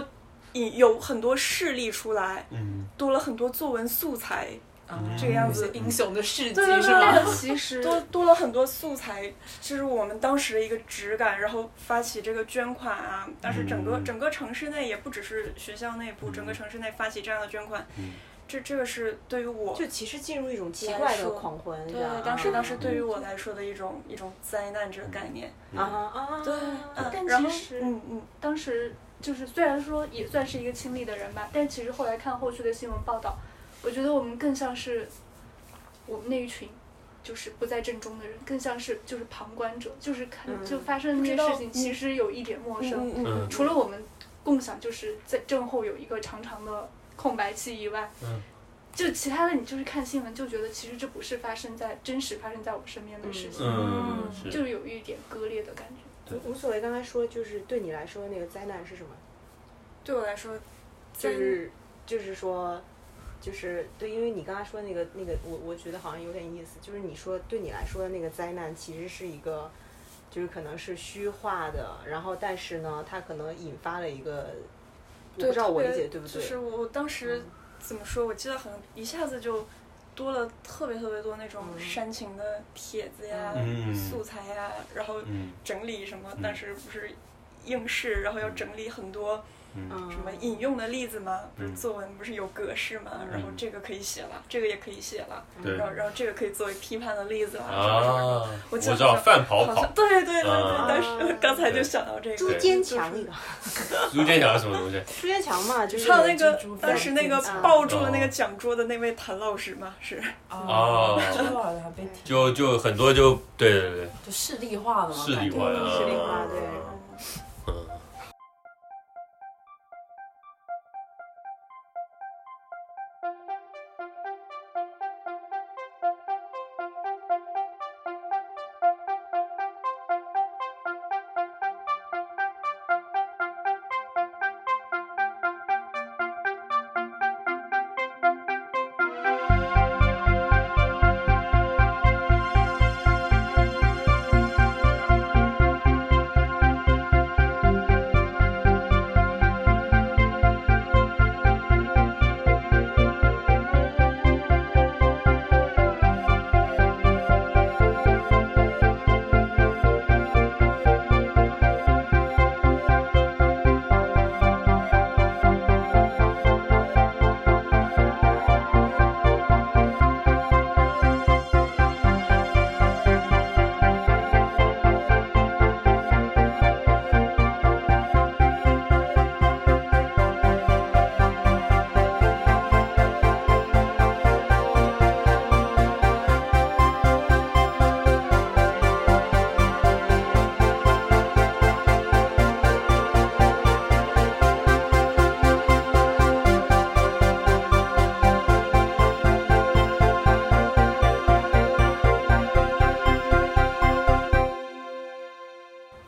[SPEAKER 3] 以有很多事例出来，
[SPEAKER 1] 嗯
[SPEAKER 3] 多了很多作文素材，
[SPEAKER 1] 嗯
[SPEAKER 3] 这个样子
[SPEAKER 2] 英雄的事迹
[SPEAKER 3] 对对对
[SPEAKER 2] 是
[SPEAKER 6] 那
[SPEAKER 2] 吗？
[SPEAKER 6] 个 其实啊
[SPEAKER 3] 多多了很多素材，这是我们当时的一个质感，然后发起这个捐款啊，当时整个、
[SPEAKER 1] 嗯
[SPEAKER 3] 整个城市内也不只是学校内部，
[SPEAKER 1] 嗯
[SPEAKER 3] 整个城市内发起这样的捐款，
[SPEAKER 1] 嗯
[SPEAKER 3] 这这个是对于我，
[SPEAKER 5] 就其实进入一种奇怪的狂欢，
[SPEAKER 3] 对
[SPEAKER 5] 是吧
[SPEAKER 3] 当时
[SPEAKER 5] 啊
[SPEAKER 3] 当时对于我来说的一种一种灾难这个概念，
[SPEAKER 5] 啊哈啊，
[SPEAKER 3] 对，嗯，
[SPEAKER 6] 但
[SPEAKER 3] 然后
[SPEAKER 6] 其实
[SPEAKER 3] 嗯嗯，
[SPEAKER 6] 当时就是虽然说也算是一个亲历的人吧，但其实后来看后续的新闻报道，我觉得我们更像是我们那一群。就是不在阵中的人，更像是就是旁观者，就是看、
[SPEAKER 3] 嗯
[SPEAKER 6] 就发生
[SPEAKER 3] 不
[SPEAKER 6] 这
[SPEAKER 3] 知
[SPEAKER 6] 些
[SPEAKER 3] 道
[SPEAKER 6] 事情，其实有一点陌生。
[SPEAKER 3] 嗯
[SPEAKER 1] 嗯
[SPEAKER 6] 除了我们共享就是在震后有一个长长的空白期以外，
[SPEAKER 1] 嗯
[SPEAKER 6] 就其他的你就是看新闻就觉得其实这不是发生在真实发生在我身边的事情，
[SPEAKER 1] 嗯，
[SPEAKER 3] 嗯
[SPEAKER 1] 是
[SPEAKER 6] 就有一点割裂的感觉。
[SPEAKER 5] 无无所谓。刚才说就是对你来说那个灾难是什么？
[SPEAKER 3] 对我来说，
[SPEAKER 5] 就
[SPEAKER 3] 灾
[SPEAKER 5] 是就是说，就是对，因为你刚才说那个那个，我我觉得好像有点意思，就是你说对你来说的那个灾难其实是一个，就是可能是虚化的，然后但是呢，它可能引发了一个，我
[SPEAKER 3] 对
[SPEAKER 5] 不知道我理
[SPEAKER 3] 特别
[SPEAKER 5] 解对不对？
[SPEAKER 3] 就是我当时怎么说，我记得好像一下子就多了特别特别多那种
[SPEAKER 5] 嗯
[SPEAKER 3] 煽情的帖子呀、
[SPEAKER 1] 嗯
[SPEAKER 3] 素材呀，然后
[SPEAKER 1] 嗯
[SPEAKER 3] 整理什么
[SPEAKER 1] 嗯，
[SPEAKER 3] 但是不是应试，然后要整理很多
[SPEAKER 1] 嗯
[SPEAKER 5] 嗯，
[SPEAKER 3] 什么引用的例子嘛，不是
[SPEAKER 1] 嗯
[SPEAKER 3] 作文不是有格式嘛，然后这个可以写了，这个也可以写了，
[SPEAKER 1] 对
[SPEAKER 3] 然后然后这个可以作为批判的例子啊，什么什么什么
[SPEAKER 1] 啊，我
[SPEAKER 3] 我
[SPEAKER 1] 知
[SPEAKER 3] 记得
[SPEAKER 1] 道
[SPEAKER 3] 好像
[SPEAKER 1] 范跑
[SPEAKER 3] 好
[SPEAKER 1] 跑
[SPEAKER 3] 像，对对对对，
[SPEAKER 1] 啊
[SPEAKER 3] 当时刚才就想到这个，
[SPEAKER 5] 朱
[SPEAKER 1] 对
[SPEAKER 5] 坚强 那个，
[SPEAKER 1] 朱建强是什么东西？
[SPEAKER 5] 朱坚强嘛，就是
[SPEAKER 3] 还有那个
[SPEAKER 2] 猪猪
[SPEAKER 3] 当时那个
[SPEAKER 5] 猪猪
[SPEAKER 3] 抱
[SPEAKER 1] 啊
[SPEAKER 3] 住了那个讲桌的那位谭老师嘛，是
[SPEAKER 1] 哦
[SPEAKER 2] 知道了，被提
[SPEAKER 1] 就就很多就对对对，
[SPEAKER 2] 就势力化了嘛，
[SPEAKER 1] 势力化
[SPEAKER 2] 感觉
[SPEAKER 1] 啊，
[SPEAKER 5] 势力化对
[SPEAKER 1] 嗯。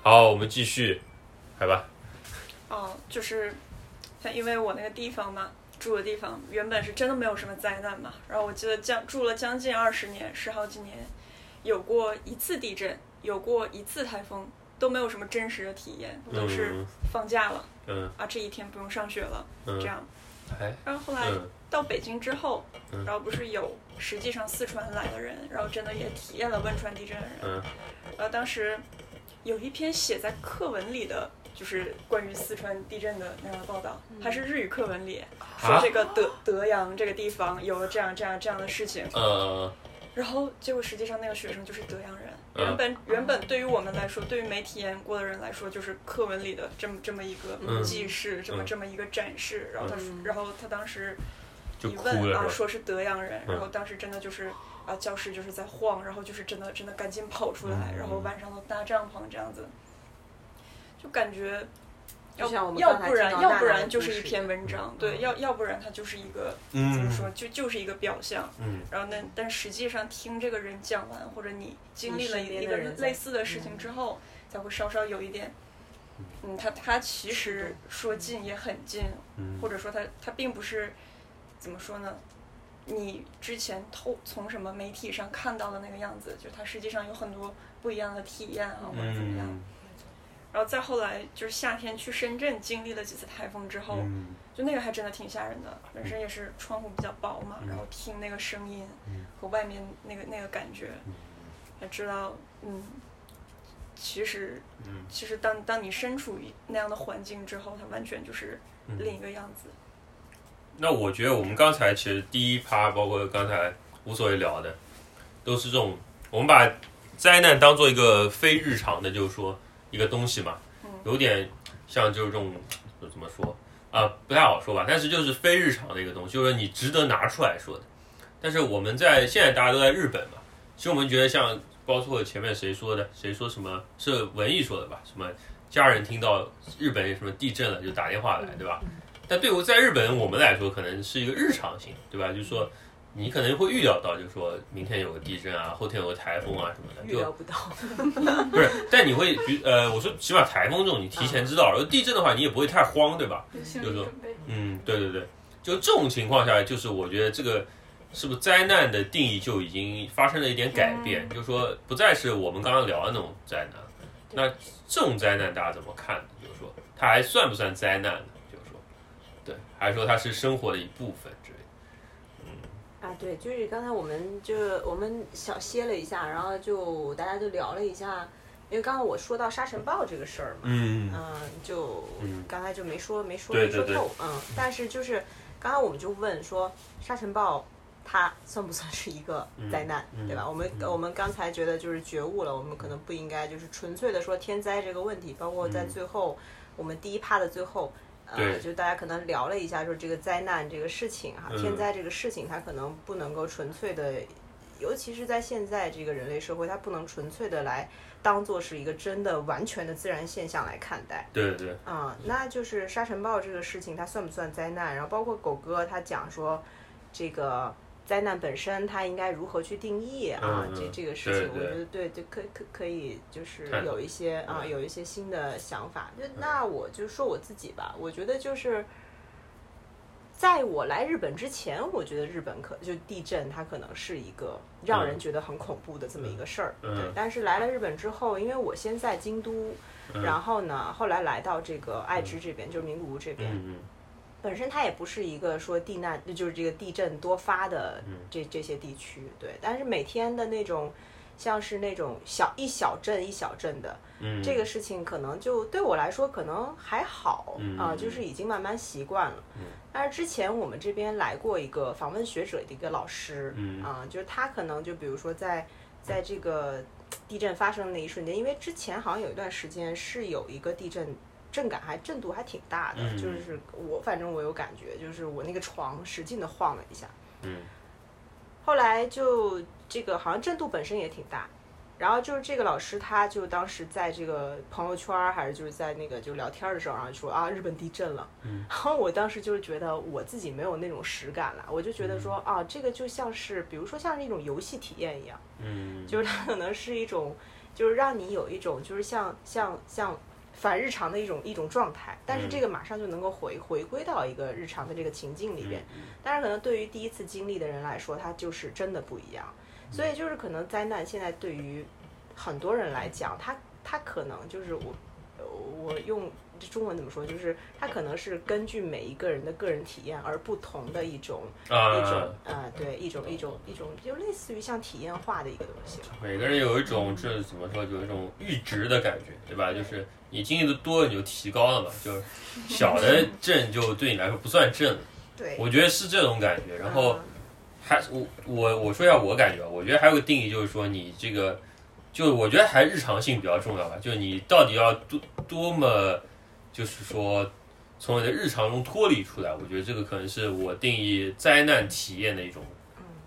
[SPEAKER 1] 好，我们继续，来吧。
[SPEAKER 3] 哦，就是像因为我那个地方嘛，住的地方原本是真的没有什么灾难嘛，然后我记得将住了将近二十年，十好几年，有过一次地震，有过一次台风，都没有什么真实的体验，都是
[SPEAKER 1] 嗯
[SPEAKER 3] 放假了、
[SPEAKER 1] 嗯
[SPEAKER 3] 啊，这一天不用上学了
[SPEAKER 1] 嗯，
[SPEAKER 3] 这样。
[SPEAKER 1] 哎，
[SPEAKER 3] 然后后来
[SPEAKER 1] 嗯
[SPEAKER 3] 到北京之后，
[SPEAKER 1] 嗯
[SPEAKER 3] 然后不是有实际上四川来的人，然后真的也体验了汶川地震的人，
[SPEAKER 1] 嗯
[SPEAKER 3] 然后当时有一篇写在课文里的就是关于四川地震的那样的报道，
[SPEAKER 5] 嗯
[SPEAKER 3] 还是日语课文里说
[SPEAKER 1] 啊
[SPEAKER 3] 这个德德阳这个地方有这样这样这样的事情，
[SPEAKER 1] 呃，
[SPEAKER 3] 然后结果实际上那个学生就是德阳人，
[SPEAKER 1] 嗯
[SPEAKER 3] 原本原本对于我们来说，对于没体验过的人来说，就是课文里的这么这么一
[SPEAKER 1] 嗯
[SPEAKER 3] 个记事，这么
[SPEAKER 1] 嗯
[SPEAKER 3] 这么一个展示。然后他说
[SPEAKER 5] 嗯
[SPEAKER 3] 然后他当时
[SPEAKER 1] 就
[SPEAKER 3] 一
[SPEAKER 1] 哭
[SPEAKER 3] 问啊，
[SPEAKER 1] 了是吧？
[SPEAKER 3] 说是德阳人，
[SPEAKER 1] 嗯
[SPEAKER 3] 然后当时真的就是啊，教室就是在晃，然后就是真的真的赶紧跑出来，
[SPEAKER 1] 嗯
[SPEAKER 3] 然后晚上都搭帐篷这样子，就感觉要
[SPEAKER 5] 就像我们
[SPEAKER 3] 要
[SPEAKER 5] 刚才
[SPEAKER 3] 不然
[SPEAKER 5] 听到
[SPEAKER 3] 要
[SPEAKER 5] 娜
[SPEAKER 3] 不
[SPEAKER 5] 娜的
[SPEAKER 3] 然就
[SPEAKER 5] 故
[SPEAKER 3] 是
[SPEAKER 5] 事
[SPEAKER 3] 一篇文章，对，要要不然它就是一个怎么
[SPEAKER 1] 嗯
[SPEAKER 3] 说，就就是一个表象。
[SPEAKER 1] 嗯
[SPEAKER 3] 然后那但实际上听这个人讲完，或者你经历了
[SPEAKER 5] 你身边
[SPEAKER 3] 一
[SPEAKER 5] 的
[SPEAKER 3] 个
[SPEAKER 5] 人在嗯
[SPEAKER 3] 类似的事情之后，才会稍稍有一点，嗯，他他其实说近也很近，
[SPEAKER 1] 嗯
[SPEAKER 3] 或者说他他并不是怎么说呢？你之前透从什么媒体上看到的那个样子，就他实际上有很多不一样的体验啊，或者怎么样。
[SPEAKER 1] 嗯
[SPEAKER 3] 然后再后来就是夏天去深圳经历了几次台风之后，
[SPEAKER 1] 嗯
[SPEAKER 3] 就那个还真的挺吓人的，本身也是窗户比较薄嘛，然后听那个声音
[SPEAKER 1] 嗯
[SPEAKER 3] 和外面那个那个感觉，才知道，嗯，其实
[SPEAKER 1] 嗯
[SPEAKER 3] 其实当当你身处于那样的环境之后，它完全就是
[SPEAKER 1] 嗯
[SPEAKER 3] 另一个样子。
[SPEAKER 1] 那我觉得我们刚才其实第一趴，包括刚才无所谓聊的，都是这种我们把灾难当做一个非日常的，就是说一个东西嘛，有点像就是这种就怎么说啊、不太好说吧，但是就是非日常的一个东西，就是你值得拿出来说的。但是我们在现在大家都在日本嘛，其实我们觉得像包括前面谁说的，谁说什么是文艺说的吧，什么家人听到日本有什么地震了就打电话来，对吧？但对于在日本我们来说，可能是一个日常性，对吧？就是说，你可能会预料到，就是说明天有个地震啊，后天有个台风啊什么的，
[SPEAKER 5] 预料
[SPEAKER 1] 就
[SPEAKER 5] 不到，
[SPEAKER 1] 不是。但你会，比呃，我说起码台风这种你提前知道，然后地震的话你也不会太慌，对吧？
[SPEAKER 6] 有心
[SPEAKER 1] 有
[SPEAKER 6] 理
[SPEAKER 1] 种
[SPEAKER 6] 准备。
[SPEAKER 1] 嗯，对对对，就这种情况下，就是我觉得这个是不是灾难的定义就已经发生了一点改变，
[SPEAKER 5] 嗯
[SPEAKER 1] 就是说不再是我们刚刚聊的那种灾难。那这种灾难大家怎么看呢？就是说它还算不算灾难呢？就是说，对，还是说它是生活的一部分之类的？
[SPEAKER 5] 啊，对，就是刚才我们就我们小歇了一下，然后就大家就聊了一下，因为刚刚我说到沙尘暴这个事儿嘛，
[SPEAKER 1] 嗯
[SPEAKER 5] 嗯，就
[SPEAKER 1] 嗯
[SPEAKER 5] 刚才就没说没说
[SPEAKER 1] 对
[SPEAKER 5] 没说
[SPEAKER 1] 对对
[SPEAKER 5] 透，嗯，但是就是刚刚我们就问说沙尘暴它算不算是一个灾难，
[SPEAKER 1] 嗯
[SPEAKER 5] 对吧？我们、
[SPEAKER 1] 嗯
[SPEAKER 5] 我们刚才觉得就是觉悟了，我们可能不应该就是纯粹的说天灾这个问题，包括在
[SPEAKER 1] 嗯
[SPEAKER 5] 最后、我们第一趴的最后。呃，
[SPEAKER 1] 对
[SPEAKER 5] 就大家可能聊了一下，说这个灾难这个事情哈、
[SPEAKER 1] 嗯
[SPEAKER 5] 啊天灾这个事情，它可能不能够纯粹的，尤其是在现在这个人类社会，它不能纯粹的来当做是一个真的完全的自然现象来看待。
[SPEAKER 1] 对对对，
[SPEAKER 5] 啊、那就是沙尘暴这个事情，它算不算灾难？然后包括狗哥他讲说，这个灾难本身它应该如何去定义啊？
[SPEAKER 1] 嗯嗯
[SPEAKER 5] 这这个事情，
[SPEAKER 1] 对对
[SPEAKER 5] 我觉得对，就可可可以就是
[SPEAKER 1] 探讨
[SPEAKER 5] 有一些啊、
[SPEAKER 1] 嗯
[SPEAKER 5] 有一些新的想法。就那我就说我自己吧，我觉得就是。在我来日本之前，我觉得日本可就地震，它可能是一个让人
[SPEAKER 1] 嗯
[SPEAKER 5] 觉得很恐怖的这么一个事儿。
[SPEAKER 1] 嗯
[SPEAKER 5] 对，但是来了日本之后，因为我先在京都，
[SPEAKER 1] 嗯
[SPEAKER 5] 然后呢，后来来到这个爱知这边，就是名古屋这边，
[SPEAKER 1] 嗯
[SPEAKER 5] 本身它也不是一个说地难，就是这个地震多发的
[SPEAKER 1] 嗯
[SPEAKER 5] 这这些地区，对。但是每天的那种，像是那种小一小镇一小镇的、
[SPEAKER 1] 嗯，
[SPEAKER 5] 这个事情，可能就对我来说可能还好啊、
[SPEAKER 1] 嗯
[SPEAKER 5] 就是已经慢慢习惯了。但是之前我们这边来过一个访问学者的一个老师，
[SPEAKER 1] 嗯
[SPEAKER 5] 啊、就是他可能就比如说在在这个地震发生的那一瞬间，因为之前好像有一段时间是有一个地震。震感还震度还挺大的，
[SPEAKER 1] 嗯
[SPEAKER 5] 就是我反正我有感觉，就是我那个床使劲的晃了一下，
[SPEAKER 1] 嗯
[SPEAKER 5] 后来就这个好像震度本身也挺大，然后就是这个老师他就当时在这个朋友圈儿还是就是在那个就聊天儿的时候，然后说啊日本地震了，然后我当时就是觉得我自己没有那种实感了，我就觉得说啊这个就像是比如说像是一种游戏体验一样，
[SPEAKER 1] 嗯，
[SPEAKER 5] 就是它可能是一种就是让你有一种就是像像像。反日常的一种一种状态，但是这个马上就能够回回归到一个日常的这个情境里边，但是可能对于第一次经历的人来说，它就是真的不一样。所以就是可能灾难现在对于很多人来讲，它它可能就是我呃我用这中文怎么说？就是它可能是根据每一个人的个人体验而不同的一种一种
[SPEAKER 1] 啊，
[SPEAKER 5] 啊，对，一种一种一种，就类似于像体验化的一个东西了。
[SPEAKER 1] 每个人有一种这怎么说，有一种阈值的感觉，对吧？就是你经历的多，你就提高了嘛，就是小的证就对你来说不算证，
[SPEAKER 5] 对，
[SPEAKER 1] 我觉得是这种感觉。然后还我我我说一下我感觉啊，我觉得还有个定义就是说你这个，就我觉得还日常性比较重要吧，就是你到底要多多么，就是说从你的日常中脱离出来，我觉得这个可能是我定义灾难体验的一种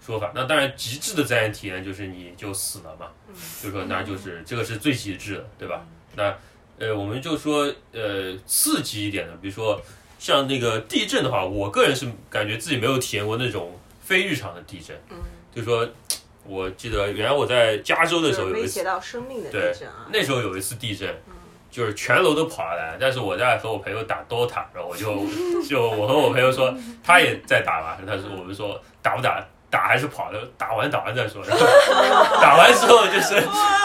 [SPEAKER 1] 说法。那当然，极致的灾难体验就是你就死了嘛，
[SPEAKER 5] 嗯
[SPEAKER 1] 就是说那就是这个是最极致的，对吧？那呃，我们就说呃刺激一点的，比如说。像那个地震的话，我个人是感觉自己没有体验过那种非日常的地震。嗯，就说，我记得原来我在加州
[SPEAKER 5] 嗯
[SPEAKER 1] 的时
[SPEAKER 5] 就
[SPEAKER 1] 候
[SPEAKER 5] 是
[SPEAKER 1] 有一
[SPEAKER 5] 威
[SPEAKER 1] 次，
[SPEAKER 5] 胁到生命的地震 啊，
[SPEAKER 1] 那时候有一次地震，就是全楼都跑下来，但是我在和我朋友打 DOTA，然后我就 就我和我朋友说，他也在打嘛，他说我们说打不打？打还是跑的，打完打完再说。然 后打完之后就是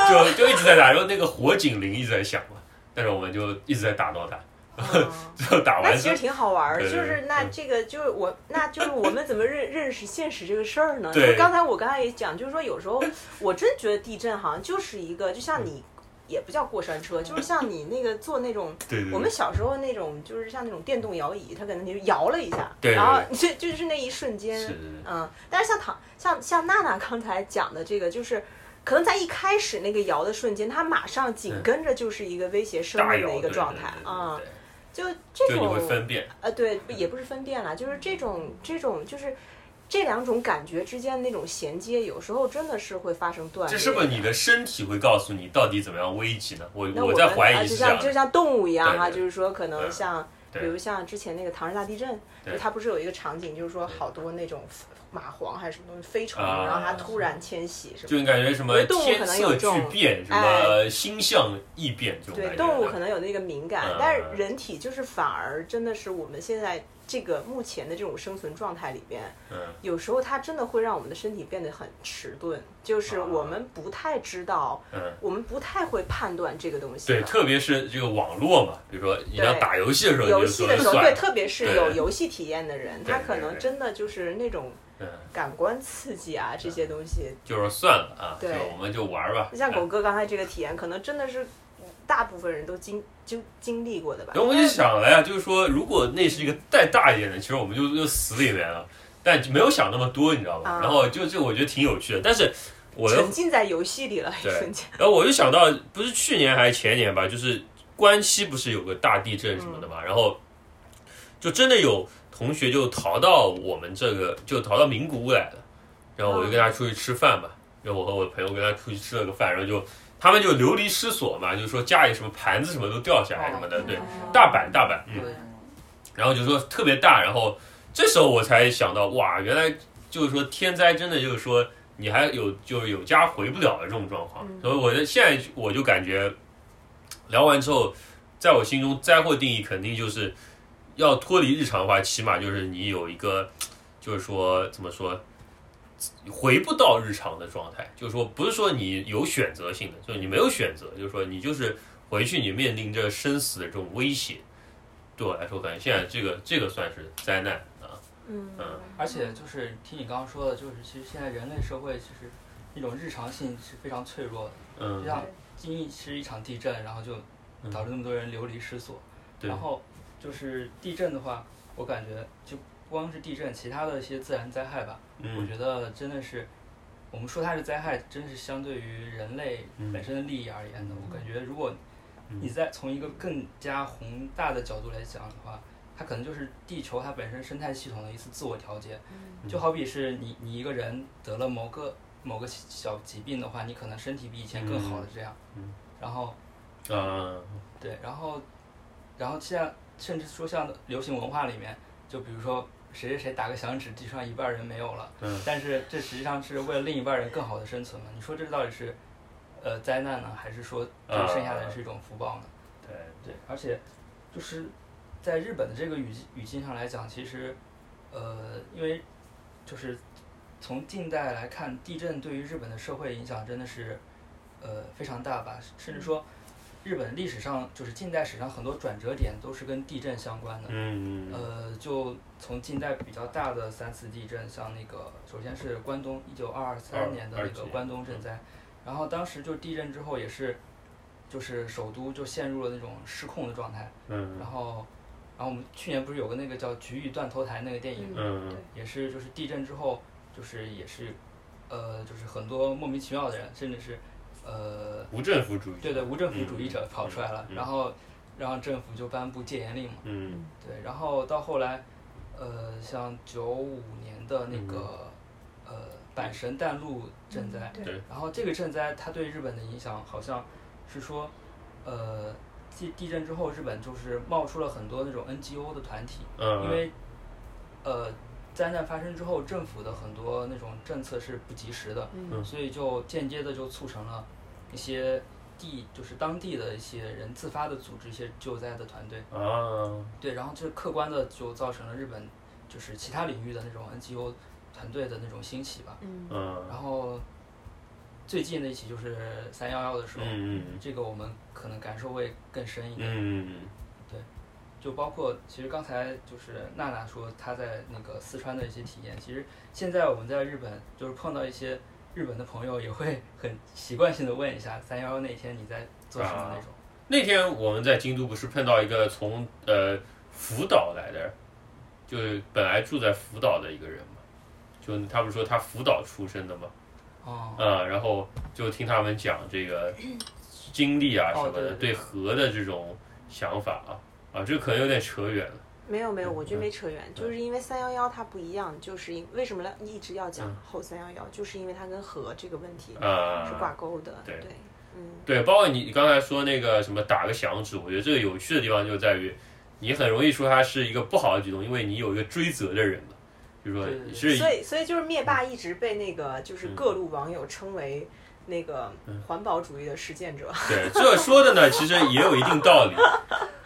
[SPEAKER 1] 就就一直在打，然后那个火警铃一直在响嘛，但是我们就一直在打 DOTA，
[SPEAKER 5] 嗯
[SPEAKER 1] 最后打
[SPEAKER 5] 那
[SPEAKER 1] 完
[SPEAKER 5] 其
[SPEAKER 1] 之后
[SPEAKER 5] 实挺好玩儿，
[SPEAKER 1] 对
[SPEAKER 5] 就
[SPEAKER 1] 对
[SPEAKER 5] 是那
[SPEAKER 1] 嗯
[SPEAKER 5] 这个就是我，那就是我们怎么认认识现实这个事儿呢？
[SPEAKER 1] 对
[SPEAKER 5] 就刚才我刚才也讲，就是说有时候我真觉得地震好像就是一个，就
[SPEAKER 1] 嗯
[SPEAKER 5] 像你也不叫过山车，就是像你那个坐那种
[SPEAKER 1] 对对
[SPEAKER 5] 我
[SPEAKER 1] 对
[SPEAKER 5] 们小时候那种，就是像那种电动摇椅，它可能就摇了一下，
[SPEAKER 1] 对对
[SPEAKER 5] 然后就就是那一瞬间，
[SPEAKER 1] 是
[SPEAKER 5] 嗯，但是像唐像像娜娜刚才讲的这个，就是可能在一开始那个摇的瞬间，它马上紧跟着就是一个威胁生
[SPEAKER 1] 大
[SPEAKER 5] 命
[SPEAKER 1] 嗯摇
[SPEAKER 5] 的一个
[SPEAKER 1] 对
[SPEAKER 5] 状
[SPEAKER 1] 对
[SPEAKER 5] 态
[SPEAKER 1] 对对
[SPEAKER 5] 啊、
[SPEAKER 1] 对
[SPEAKER 5] 就这
[SPEAKER 1] 就你会
[SPEAKER 5] 种
[SPEAKER 1] 分辨，
[SPEAKER 5] 呃，对，也不是分辨啦，就是这种这种就是这两种感觉之间那种衔接，有时候真的是会发生断裂。
[SPEAKER 1] 这是不是你的身体会告诉你到底怎么样危急呢？我
[SPEAKER 5] 那
[SPEAKER 1] 我
[SPEAKER 5] 们
[SPEAKER 1] 在怀
[SPEAKER 5] 啊
[SPEAKER 1] 疑
[SPEAKER 5] 就是
[SPEAKER 1] 这样
[SPEAKER 5] 像
[SPEAKER 1] 的
[SPEAKER 5] 就，像动物一样哈，
[SPEAKER 1] 对对
[SPEAKER 5] 就是说可能
[SPEAKER 1] 嗯
[SPEAKER 5] 像，比
[SPEAKER 1] 对
[SPEAKER 5] 如像之前那个唐山大地震，
[SPEAKER 1] 对
[SPEAKER 5] 就它不是有一个场景，就是说好多那种蚂蟥还是什么东西飞虫，
[SPEAKER 1] 啊
[SPEAKER 5] 然后它突然迁徙什
[SPEAKER 1] 就
[SPEAKER 5] 么。
[SPEAKER 1] 你感觉什
[SPEAKER 5] 我
[SPEAKER 1] 么
[SPEAKER 5] 觉得动物可
[SPEAKER 1] 天
[SPEAKER 5] 能有这
[SPEAKER 1] 色巨
[SPEAKER 5] 种
[SPEAKER 1] 变，什
[SPEAKER 5] 哎
[SPEAKER 1] 么星象异变这种感
[SPEAKER 5] 对，
[SPEAKER 1] 觉。啊
[SPEAKER 5] 动物可能有那个敏感，
[SPEAKER 1] 嗯
[SPEAKER 5] 但是人体就是反而真的是我们现在这个目前的这种生存状态里边，
[SPEAKER 1] 嗯，
[SPEAKER 5] 有时候它真的会让我们的身体变得很迟钝，就是
[SPEAKER 1] 啊
[SPEAKER 5] 我们不太知道，
[SPEAKER 1] 嗯
[SPEAKER 5] 我们不太会判断这个东西了。
[SPEAKER 1] 对，特别是这个网络嘛，比如说你要
[SPEAKER 5] 对
[SPEAKER 1] 打游戏的时候，你
[SPEAKER 5] 游
[SPEAKER 1] 就
[SPEAKER 5] 戏
[SPEAKER 1] 说
[SPEAKER 5] 的
[SPEAKER 1] 了
[SPEAKER 5] 时候，
[SPEAKER 1] 算
[SPEAKER 5] 对，
[SPEAKER 1] 了，
[SPEAKER 5] 特别是
[SPEAKER 1] 对
[SPEAKER 5] 有游戏体验的人，
[SPEAKER 1] 对
[SPEAKER 5] 他可
[SPEAKER 1] 对
[SPEAKER 5] 能
[SPEAKER 1] 对
[SPEAKER 5] 真的就是那种
[SPEAKER 1] 嗯，
[SPEAKER 5] 感官刺激啊，这些东西。
[SPEAKER 1] 就是算了啊，就
[SPEAKER 5] 对
[SPEAKER 1] 我们就玩吧。
[SPEAKER 5] 像狗
[SPEAKER 1] 哎，
[SPEAKER 5] 哥刚才这个体验，可能真的是大部分人都经就经历过的吧
[SPEAKER 1] 然。后我就想了呀，就是说，如果那是一个再大一点的，其实我们就就死里面了，但没有想那么多，你知道吧？
[SPEAKER 5] 啊
[SPEAKER 1] 然后就这，我觉得挺有趣的，但是我的
[SPEAKER 5] 沉浸在游戏里了，一
[SPEAKER 1] 对
[SPEAKER 5] 瞬间。
[SPEAKER 1] 然后我就想到，不是去年还是前年吧，就是关西不是有个大地震什么的嘛，然后就真的有同学就逃到我们这个，就逃到名古屋来了。然后我就跟他出去吃饭嘛，然后我和我朋友跟他出去吃了个饭，然后就他们就流离失所嘛，就是说家里什么盘子什么都掉下来什
[SPEAKER 2] 哦
[SPEAKER 1] 么的，对，大阪大阪，嗯，
[SPEAKER 4] 对，
[SPEAKER 1] 然后就说特别大，然后这时候我才想到，哇，原来就是说天灾真的就是说你还有就是有家回不了的这种状况，所以我的现在我就感觉聊完之后，在我心中灾祸定义肯定就是要脱离日常化，起码就是你有一个就是说怎么说。回不到日常的状态，就是说，不是说你有选择性的，就是你没有选择，就是说你就是回去，你面临着生死的这种威胁，对我来说，感觉现在这个这个算是灾难啊。
[SPEAKER 5] 嗯
[SPEAKER 1] 嗯
[SPEAKER 4] 而且就是听你刚刚说的，就是其实现在人类社会其实一种日常性是非常脆弱的，就
[SPEAKER 1] 嗯，
[SPEAKER 4] 像经历是一场地震，然后就导致那么多人流离失所。
[SPEAKER 1] 对
[SPEAKER 4] 然后就是地震的话，我感觉就不光是地震，其他的一些自然灾害吧，我
[SPEAKER 1] 嗯
[SPEAKER 4] 觉得真的是，我们说它是灾害，真是相对于人类
[SPEAKER 1] 嗯
[SPEAKER 4] 本身的利益而言的。我感觉，如果你在从一个更加宏大的角度来讲的话，它可能就是地球它本身生态系统的一次自我调节。
[SPEAKER 1] 嗯
[SPEAKER 4] 就好比是你你一个人得了某个某个小疾病的话，你可能身体比以前更好了这样。
[SPEAKER 1] 嗯
[SPEAKER 4] 然后
[SPEAKER 1] 啊，
[SPEAKER 4] 对，然后，然后现在甚至说像流行文化里面，就比如说谁谁谁打个响指，地上一半人没有了，
[SPEAKER 1] 嗯
[SPEAKER 4] 但是这实际上是为了另一半人更好的生存嘛？你说这到底是，呃，灾难呢，还是说对剩下的人是一种福报呢？
[SPEAKER 1] 啊对，
[SPEAKER 4] 对，而且就是在日本的这个语境语境上来讲，其实，呃，因为就是从近代来看，地震对于日本的社会影响真的是呃非常大吧，甚至说日本历史上就是近代史上很多转折点都是跟地震相关的。
[SPEAKER 1] 嗯，
[SPEAKER 4] 呃，就从近代比较大的三次地震，像那个首先是关东一九二三年的那
[SPEAKER 1] 29
[SPEAKER 4] 个关东震灾，然后当时就地震之后也是，就是首都就陷入了那种失控的状态。
[SPEAKER 1] 嗯
[SPEAKER 4] 然后，然后我们去年不是有个那个叫《局域断头台》那个电影吗，
[SPEAKER 1] 嗯
[SPEAKER 4] 也是就是地震之后，就是也是，呃，就是很多莫名其妙的人，甚至是，呃，
[SPEAKER 1] 无政府主义，
[SPEAKER 4] 对对，无政府主义者跑出来了，
[SPEAKER 1] 嗯嗯
[SPEAKER 4] 然后让政府就颁布戒严令嘛。
[SPEAKER 1] 嗯
[SPEAKER 4] 对，然后到后来，呃，像九五年的
[SPEAKER 1] 嗯
[SPEAKER 4] 那个、呃阪神淡路震灾，
[SPEAKER 2] 嗯
[SPEAKER 5] 对
[SPEAKER 1] 对
[SPEAKER 4] 然后这个震灾它对日本的影响好像是说，呃，地地震之后，日本就是冒出了很多那种 NGO 的团体，
[SPEAKER 1] 嗯，
[SPEAKER 4] 因为呃灾难发生之后，政府的很多那种政策是不及时的，
[SPEAKER 1] 嗯
[SPEAKER 4] 所以就间接的就促成了一些地就是当地的一些人自发的组织一些救灾的团队。
[SPEAKER 1] 啊，
[SPEAKER 4] 对，然后这客观的就造成了日本就是其他领域的那种 NGO 团队的那种兴起吧。
[SPEAKER 5] 嗯
[SPEAKER 1] 嗯
[SPEAKER 4] 然后最近的一起就是三幺幺的时候，
[SPEAKER 1] 嗯嗯
[SPEAKER 4] 这个我们可能感受会更深一点。
[SPEAKER 1] 嗯
[SPEAKER 4] 就包括其实刚才就是娜娜说她在那个四川的一些体验，其实现在我们在日本就是碰到一些日本的朋友，也会很习惯性的问一下三幺幺那天你在做什
[SPEAKER 1] 啊
[SPEAKER 4] 么那种。
[SPEAKER 1] 那天我们在京都不是碰到一个从呃福岛来的，就是本来住在福岛的一个人嘛，就他不是说他福岛出生的嘛，
[SPEAKER 4] 哦，
[SPEAKER 1] 啊、然后就听他们讲这个经历啊
[SPEAKER 4] 哦
[SPEAKER 1] 什么的，
[SPEAKER 4] 对对对
[SPEAKER 1] 核的这种想法啊，啊，这可能有点扯远了，
[SPEAKER 5] 没有没有，
[SPEAKER 1] 嗯
[SPEAKER 5] 我觉得没扯远，
[SPEAKER 1] 对
[SPEAKER 5] 就是因为三幺幺它不一样，就是因为什么呢？一直要讲
[SPEAKER 1] 嗯
[SPEAKER 5] 后三幺幺，就是因为它跟核这个问题是
[SPEAKER 1] 啊、
[SPEAKER 5] 挂钩的。
[SPEAKER 1] 对
[SPEAKER 5] 对，嗯，
[SPEAKER 1] 对，包括你刚才说那个什么打个响指，我觉得这个有趣的地方就在于，你很容易说它是一个不好的举动，因为你有一个追责的人嘛，就是说
[SPEAKER 4] 对对对
[SPEAKER 1] 是嗯
[SPEAKER 5] 所以所以就是灭霸一直被那个就是各路网友称为那个
[SPEAKER 1] 嗯
[SPEAKER 5] 环保主义的实践者。
[SPEAKER 1] 对，这说的呢，其实也有一定道理。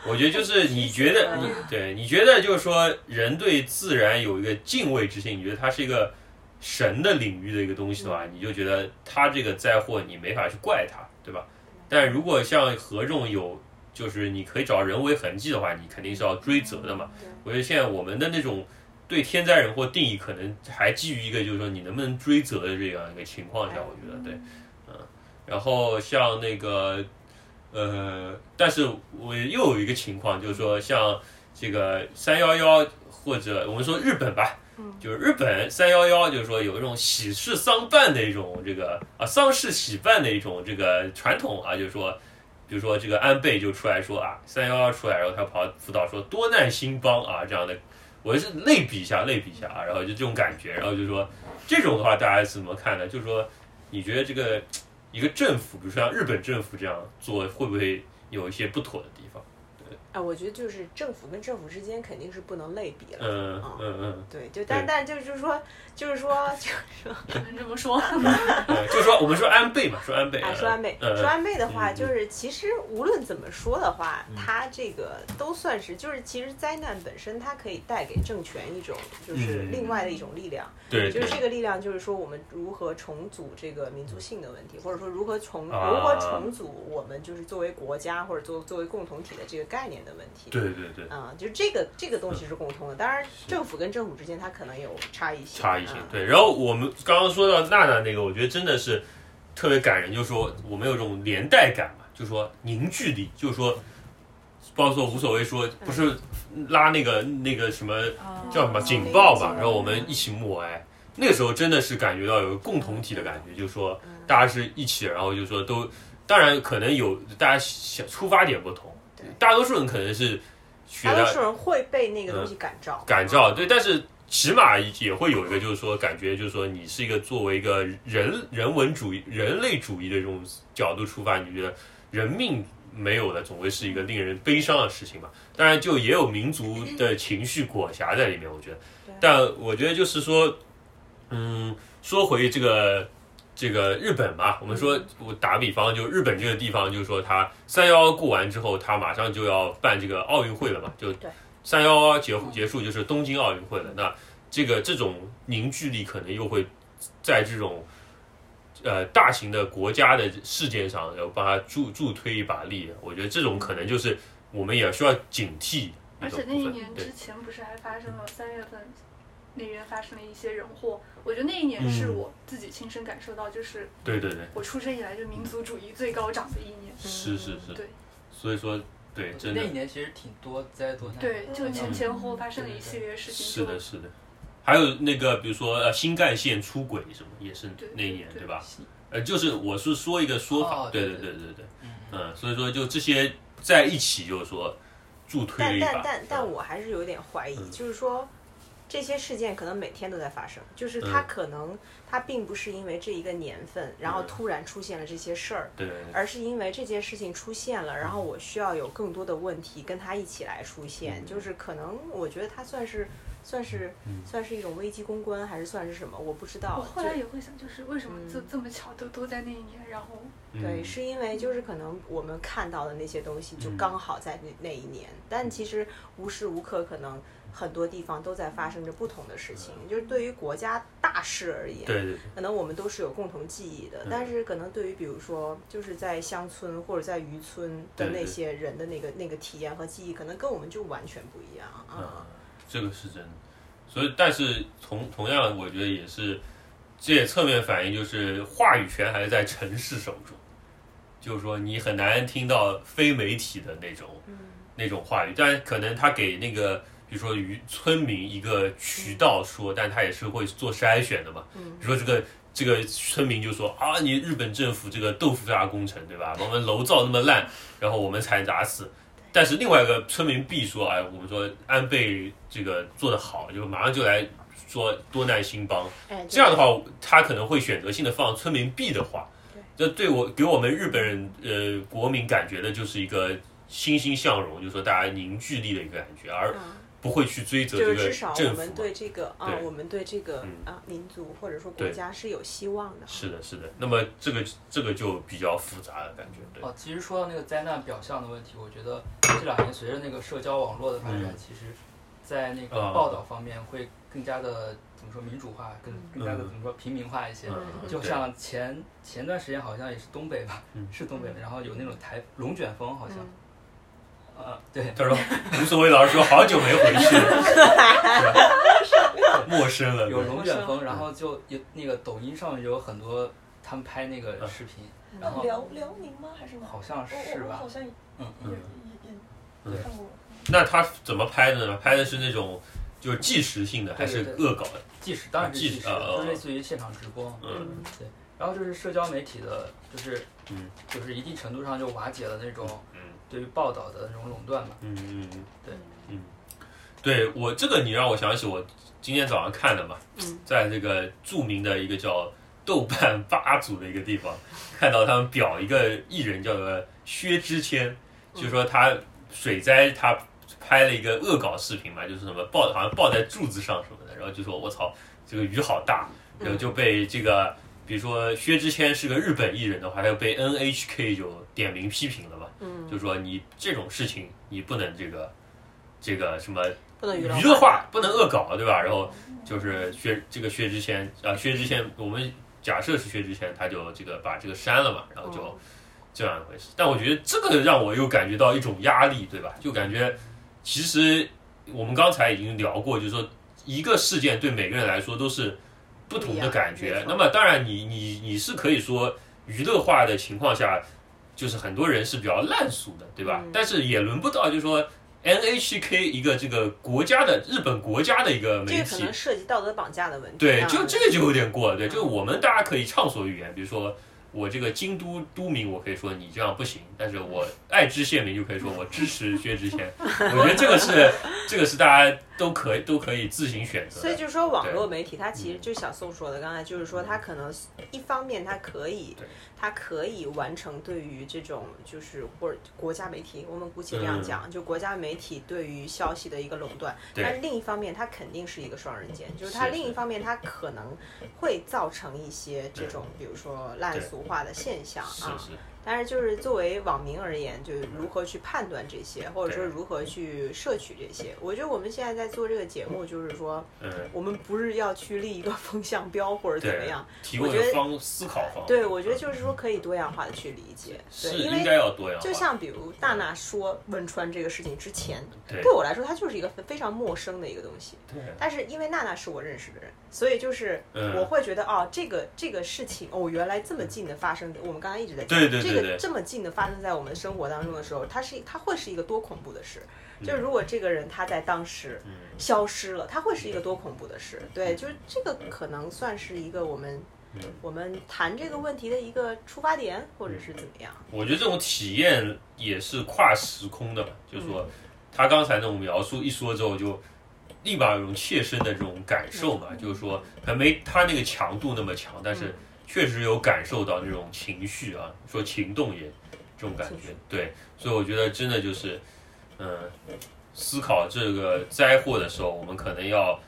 [SPEAKER 1] 我觉得就是你觉得你对，你觉得就是说人对自然有一个敬畏之心，你觉得它是一个神的领域的一个东西的话，你就觉得它这个灾祸你没法去怪它，对吧？但如果像何仲有，就是你可以找人为痕迹的话，你肯定是要追责的嘛。我觉得现在我们的那种对天灾人祸定义，可能还基于一个就是说你能不能追责的这样一个情况下，我觉得对，嗯，然后像那个呃，但是我又有一个情况，就是说像这个三幺幺或者我们说日本吧。就是日本三幺幺，就是说有一种喜事丧办的一种这个啊丧事喜办的一种这个传统啊，就是说，比如说这个安倍就出来说啊三幺幺出来，然后他跑到福岛说多难兴邦啊这样的，我是类比一下类比一下啊，然后就这种感觉，然后就说这种的话大家怎么看呢？就是说你觉得这个一个政府，比如说像日本政府这样做，会不会有一些不妥的地方？
[SPEAKER 5] 啊，我觉得就是政府跟政府之间肯定是不能类比了。
[SPEAKER 1] 嗯嗯嗯
[SPEAKER 5] 对，就但
[SPEAKER 1] 对
[SPEAKER 5] 但就是说，就是说，就
[SPEAKER 6] 只能这么说。
[SPEAKER 1] 嗯，就说我们说安倍嘛，说安倍，
[SPEAKER 5] 啊，说安倍，
[SPEAKER 1] 嗯
[SPEAKER 5] 说安倍的话，
[SPEAKER 1] 嗯嗯嗯
[SPEAKER 5] 就是其实无论怎么说的话，他这个都算是，就是其实灾难本身，它可以带给政权一种，就是
[SPEAKER 1] 嗯
[SPEAKER 5] 另外的一种力量。
[SPEAKER 1] 对
[SPEAKER 5] 就
[SPEAKER 1] 对
[SPEAKER 5] 是这个力量，就是说我们如何重组这个民族性的问题，或者说如何重如
[SPEAKER 1] 啊
[SPEAKER 5] 何重组我们就是作为国家或者作作为共同体的这个概念的问题。
[SPEAKER 1] 对嗯对对。
[SPEAKER 5] 啊，就是这个这个东西是共通的，当然政府跟政府之间它可能有差异性。
[SPEAKER 1] 差异性
[SPEAKER 5] 啊。
[SPEAKER 1] 对，然后我们刚刚说到娜娜那个，我觉得真的是特别感人，就是说我们有种连带感嘛，就是说凝聚力，就是说，包括无所谓说不是拉那个那个什么
[SPEAKER 2] 啊
[SPEAKER 1] 叫什么
[SPEAKER 5] 警
[SPEAKER 1] 警报嘛
[SPEAKER 5] 报，
[SPEAKER 1] 然后我们一起默哀，那个时候真的是感觉到有个共同体的感觉，就是说
[SPEAKER 5] 嗯
[SPEAKER 1] 大家是一起的，然后就说都，当然可能有大家想出发点不同
[SPEAKER 5] 对，
[SPEAKER 1] 大多数人可能是学
[SPEAKER 5] 大
[SPEAKER 1] 到
[SPEAKER 5] 多数人会被那个东西感召。
[SPEAKER 1] 感召，对，但是起码也会有一个，就是说感觉，就是说你是一个作为一个人人文主义、人类主义的这种角度出发，你觉得人命没有了，总归是一个令人悲伤的事情嘛。当然，就也有民族的情绪裹挟在里面，我觉得
[SPEAKER 5] 对。
[SPEAKER 1] 但我觉得就是说，嗯，说回这个。这个日本嘛，我们说，
[SPEAKER 6] 嗯
[SPEAKER 1] 我打个比方，就日本这个地方，就是说它三幺幺过完之后，它马上就要办这个奥运会了嘛，就三幺幺结结束就是东京奥运会了，那这个这种凝聚力可能又会在这种呃大型的国家的事件上，然后帮他助助推一把力。我觉得这种可能就是我们也需要警惕一
[SPEAKER 6] 而
[SPEAKER 1] 种
[SPEAKER 6] 且那
[SPEAKER 1] 部
[SPEAKER 6] 一
[SPEAKER 1] 分。
[SPEAKER 6] 年
[SPEAKER 1] 对
[SPEAKER 6] 之，前不是还发生了三月份，那边发生了一些人祸。我觉得那一年是
[SPEAKER 1] 嗯
[SPEAKER 6] 我自己亲身感受到，就是
[SPEAKER 1] 对对对，
[SPEAKER 6] 我出生以来就民族主义最高涨的一年。
[SPEAKER 1] 是是是。
[SPEAKER 6] 对
[SPEAKER 1] 所以说，对，真
[SPEAKER 4] 那
[SPEAKER 1] 的
[SPEAKER 4] 一年其实挺多灾多难。
[SPEAKER 6] 对，就前
[SPEAKER 1] 嗯
[SPEAKER 6] 前后后发生的一系列事情，
[SPEAKER 1] 是
[SPEAKER 6] 就
[SPEAKER 1] 的，是的。还有那个，比如说呃，新干线出轨什么，也是
[SPEAKER 6] 对
[SPEAKER 1] 那一年，
[SPEAKER 6] 对
[SPEAKER 1] 对吧？
[SPEAKER 4] 嗯
[SPEAKER 1] 呃，就是我是说一个说法，
[SPEAKER 4] 哦
[SPEAKER 1] 对
[SPEAKER 4] 对
[SPEAKER 1] 对对对，
[SPEAKER 4] 嗯，
[SPEAKER 1] 嗯，所以说就这些在一起，就是说助推了
[SPEAKER 5] 但
[SPEAKER 1] 一
[SPEAKER 5] 但
[SPEAKER 1] 把。
[SPEAKER 5] 但但
[SPEAKER 1] 嗯
[SPEAKER 5] 我还是有点怀疑，
[SPEAKER 1] 嗯
[SPEAKER 5] 就是说这些事件可能每天都在发生，就是它
[SPEAKER 1] 嗯
[SPEAKER 5] 可能它并不是因为这一个年份，然后
[SPEAKER 1] 嗯
[SPEAKER 5] 突然出现了这些事儿，
[SPEAKER 1] 对，
[SPEAKER 5] 而是因为这件事情出现了，然后我需要有更多的问题跟他一起来出现，
[SPEAKER 1] 嗯
[SPEAKER 5] 就是可能我觉得他算是算是、算是一种危机公关，还是算是什么，我不知
[SPEAKER 6] 我
[SPEAKER 5] 道。
[SPEAKER 6] 后来也会想，就是为什么就
[SPEAKER 5] 嗯
[SPEAKER 6] 这么巧都都在那一年，然后
[SPEAKER 5] 就对，
[SPEAKER 1] 嗯
[SPEAKER 5] 是因为就是可能我们看到的那些东西就
[SPEAKER 1] 嗯
[SPEAKER 5] 刚好在那、那一年，但其实无时无刻可能很多地方都在发生着不同的事情，就是对于国家大事而言，
[SPEAKER 1] 对对
[SPEAKER 5] 可能我们都是有共同记忆的，
[SPEAKER 1] 嗯
[SPEAKER 5] 但是可能对于比如说就是在乡村或者在渔村的
[SPEAKER 1] 对对
[SPEAKER 5] 那些人的那个那个体验和记忆，可能跟我们就完全不一样
[SPEAKER 1] 啊
[SPEAKER 5] 啊。，
[SPEAKER 1] 这个是真的。所以，但是同同样，我觉得也是，这也侧面反映就是话语权还是在城市手中，就是说你很难听到非媒体的那种、
[SPEAKER 5] 嗯
[SPEAKER 1] 那种话语，但可能他给那个比如说与村民一个渠道说，但他也是会做筛选的嘛。
[SPEAKER 5] 嗯
[SPEAKER 1] 比如说这个这个村民就说啊，你日本政府这个豆腐渣工程对吧？我们楼造那么烂，然后我们才砸死。但是另外一个村民 B 说，哎，我们说安倍这个做得好，就马上就来说多难兴邦。
[SPEAKER 5] 哎，
[SPEAKER 1] 这样的话，他可能会选择性的放村民 B 的话
[SPEAKER 5] 对，
[SPEAKER 1] 这对我给我们日本人呃国民感觉的就是一个欣欣向荣，就是说大家凝聚力的一个感觉，而
[SPEAKER 5] 嗯
[SPEAKER 1] 不会去追责
[SPEAKER 5] 就是
[SPEAKER 1] 这个
[SPEAKER 5] 至少我
[SPEAKER 1] 政府
[SPEAKER 5] 们
[SPEAKER 1] 嘛。
[SPEAKER 5] 对这个啊，
[SPEAKER 1] 对
[SPEAKER 5] 我们对这个
[SPEAKER 1] 嗯
[SPEAKER 5] 啊民族或者说国
[SPEAKER 1] 对
[SPEAKER 5] 家是有希望的。
[SPEAKER 1] 是的，是的。那么这个这个就比较复杂了，感觉对。
[SPEAKER 4] 哦，其实说到那个灾难表象的问题，我觉得这两年随着那个社交网络的发展，
[SPEAKER 1] 嗯
[SPEAKER 4] 其实，在那个
[SPEAKER 1] 啊
[SPEAKER 4] 报道方面会更加的怎么说民主化，更更加的
[SPEAKER 1] 嗯
[SPEAKER 4] 怎么说平民化一些。
[SPEAKER 1] 嗯，
[SPEAKER 4] 就
[SPEAKER 1] 对
[SPEAKER 4] 像前前段时间好像也是东北吧，
[SPEAKER 1] 嗯
[SPEAKER 4] 是东北，然后有那种台龙卷风，好像，
[SPEAKER 5] 嗯
[SPEAKER 1] 嗯
[SPEAKER 4] 呃，对，
[SPEAKER 1] 他说无所谓，老师说好久没回 去了，是吧陌生了。
[SPEAKER 4] 有
[SPEAKER 1] 对啊
[SPEAKER 4] 龙卷风，然后就有那个抖音上面有很多他们拍那个
[SPEAKER 1] 嗯
[SPEAKER 4] 视频，然
[SPEAKER 3] 哦
[SPEAKER 4] 后
[SPEAKER 3] 辽辽宁吗？还是哪？
[SPEAKER 4] 好
[SPEAKER 1] 哦
[SPEAKER 4] 像
[SPEAKER 3] 我
[SPEAKER 4] 是
[SPEAKER 3] 我我
[SPEAKER 4] 吧
[SPEAKER 3] 好，像也
[SPEAKER 4] 嗯
[SPEAKER 3] 也
[SPEAKER 1] 嗯
[SPEAKER 3] 也
[SPEAKER 1] 嗯
[SPEAKER 3] 也看过。
[SPEAKER 1] 那他怎么拍的呢？拍的是那种就是即时性的，还是
[SPEAKER 4] 对对
[SPEAKER 1] 恶搞的？
[SPEAKER 4] 计时当然是
[SPEAKER 1] 计
[SPEAKER 4] 计
[SPEAKER 1] 时
[SPEAKER 4] 时，
[SPEAKER 1] 啊啊啊
[SPEAKER 4] 就类似于现场直播，
[SPEAKER 1] 嗯
[SPEAKER 4] 对，然后就是社交媒体的，就是
[SPEAKER 1] 嗯
[SPEAKER 4] 就是一定程度上就瓦解了那种
[SPEAKER 1] 嗯
[SPEAKER 4] 对于报道的那种垄断吧。
[SPEAKER 1] 嗯嗯嗯，
[SPEAKER 4] 对，
[SPEAKER 1] 嗯，对我这个你让我想起我今天早上看的嘛，
[SPEAKER 5] 嗯
[SPEAKER 1] 在这个著名的一个叫豆瓣八组的一个地方， 看到他们表一个艺人叫做薛之谦，就说他水灾他拍了一个恶搞视频嘛，就是什么抱好像抱在柱子上什么的，然后就说我操这个雨好大，然后就被这个比如说薛之谦是个日本艺人的话，他就被 NHK 就点名批评了嘛，
[SPEAKER 5] 嗯，
[SPEAKER 1] 就说你这种事情你不能这个这个什么
[SPEAKER 5] 不能娱
[SPEAKER 1] 嗯娱乐化，不能恶搞，对吧？然后就是薛这个薛之谦啊，薛之谦，我们假设是薛之谦，他就这个把这个删了嘛，然后就
[SPEAKER 5] 嗯
[SPEAKER 1] 这样一回事。但我觉得这个让我又感觉到一种压力，对吧？就感觉其实我们刚才已经聊过，就是说一个事件对每个人来说都是不同的感
[SPEAKER 5] 不一
[SPEAKER 1] 觉
[SPEAKER 5] 样没。错
[SPEAKER 1] 那么当然你，你你是可以说娱乐化的情况下，就是很多人是比较烂俗的，对吧？
[SPEAKER 5] 嗯
[SPEAKER 1] 但是也轮不到，就是说 NHK 一个这个国家的日本国家的一个
[SPEAKER 5] 这
[SPEAKER 1] 媒
[SPEAKER 5] 个可
[SPEAKER 1] 体
[SPEAKER 5] 能，涉及道德绑架的嗯问题。
[SPEAKER 1] 对，
[SPEAKER 5] 啊
[SPEAKER 1] 就这个就有点过了，对，就是我们大家可以畅所欲言，比如说。我这个京都都民，我可以说你这样不行，但是我爱知县民就可以说我支持薛 之谦，我觉得这个是这个是大家都可以都可以自行选择
[SPEAKER 5] 所以
[SPEAKER 1] 的，
[SPEAKER 5] 就是说，网络媒体它
[SPEAKER 1] 嗯
[SPEAKER 5] 其实就小宋说的，刚才就是说，它可能一方面它可以
[SPEAKER 1] 对，
[SPEAKER 5] 它可以完成对于这种就是或者国家媒体，我们姑且这
[SPEAKER 1] 嗯
[SPEAKER 5] 样讲，就国家媒体对于消息的一个垄断。
[SPEAKER 1] 对
[SPEAKER 5] 但另一方面，它肯定是一个双刃剑，就是
[SPEAKER 1] 是
[SPEAKER 5] 它
[SPEAKER 1] 是
[SPEAKER 5] 另一方面它可能会造成一些这种，比如说烂俗化的现象
[SPEAKER 1] 是
[SPEAKER 5] 啊。
[SPEAKER 1] 是，
[SPEAKER 5] 但是就是作为网民而言，就是如何去判断这些，或者说
[SPEAKER 1] 对
[SPEAKER 5] 如何去摄取这些。我觉得我们现在在做这个节目，就是说
[SPEAKER 1] 嗯，
[SPEAKER 5] 我们不是要去立一个 风向标或者怎么
[SPEAKER 1] 对
[SPEAKER 5] 样。，
[SPEAKER 1] 提供一
[SPEAKER 5] 我觉
[SPEAKER 1] 个
[SPEAKER 5] 得
[SPEAKER 1] 方思考方，
[SPEAKER 5] 对，我觉得就是说可以多样化的去理解，对，
[SPEAKER 1] 是
[SPEAKER 5] 因
[SPEAKER 1] 应
[SPEAKER 5] 为
[SPEAKER 1] 该要多样化，
[SPEAKER 5] 就像比如大娜说汶川这个事情之前，
[SPEAKER 1] 对
[SPEAKER 5] 对我来说它就是一个非常陌生的一个东西。
[SPEAKER 1] 对
[SPEAKER 5] 但是因为娜娜是我认识的人，所以就是
[SPEAKER 1] 嗯
[SPEAKER 5] 我会觉得哦，这个这个事情哦，原来这么近的发生，我们刚才一直在讲
[SPEAKER 1] 对对对
[SPEAKER 5] 这个
[SPEAKER 1] 对
[SPEAKER 5] 这么近的发生在我们生活当中的时候，它是它会是一个多恐怖的事。
[SPEAKER 1] 嗯
[SPEAKER 5] 就如果这个人他在当时消失了，他会是一个多恐怖的事。对，就是这个可能算是一个我们
[SPEAKER 1] 嗯
[SPEAKER 5] 我们谈这个问题的一个出发点，或者是怎么样。
[SPEAKER 1] 我觉得这种体验也是跨时空的嘛，就是说他刚才那种描述一说之后，就立马有种切身的这种感受嘛，就是说还没他那个强度那么强，但是确实有感受到那种情绪啊，说情动也这种感
[SPEAKER 5] 情
[SPEAKER 1] 觉，对，所以我觉得真的就是，嗯，思考这个灾祸的时候，我们可能要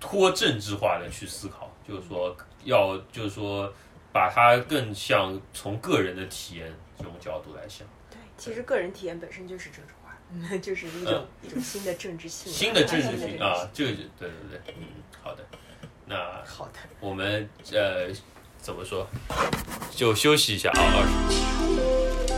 [SPEAKER 1] 脱政治化的去思考，就是说要就是说把它更像从个人的体验这种角度来想。
[SPEAKER 5] 对，其实个人体验本身就是政治化， 就是一种一种新的政治性，
[SPEAKER 1] 嗯新的政治
[SPEAKER 5] 新
[SPEAKER 1] 性
[SPEAKER 5] 的
[SPEAKER 1] 啊，这个就对对对，嗯，好的，那
[SPEAKER 5] 好的。
[SPEAKER 1] 我们呃怎么说，就休息一下啊，二十。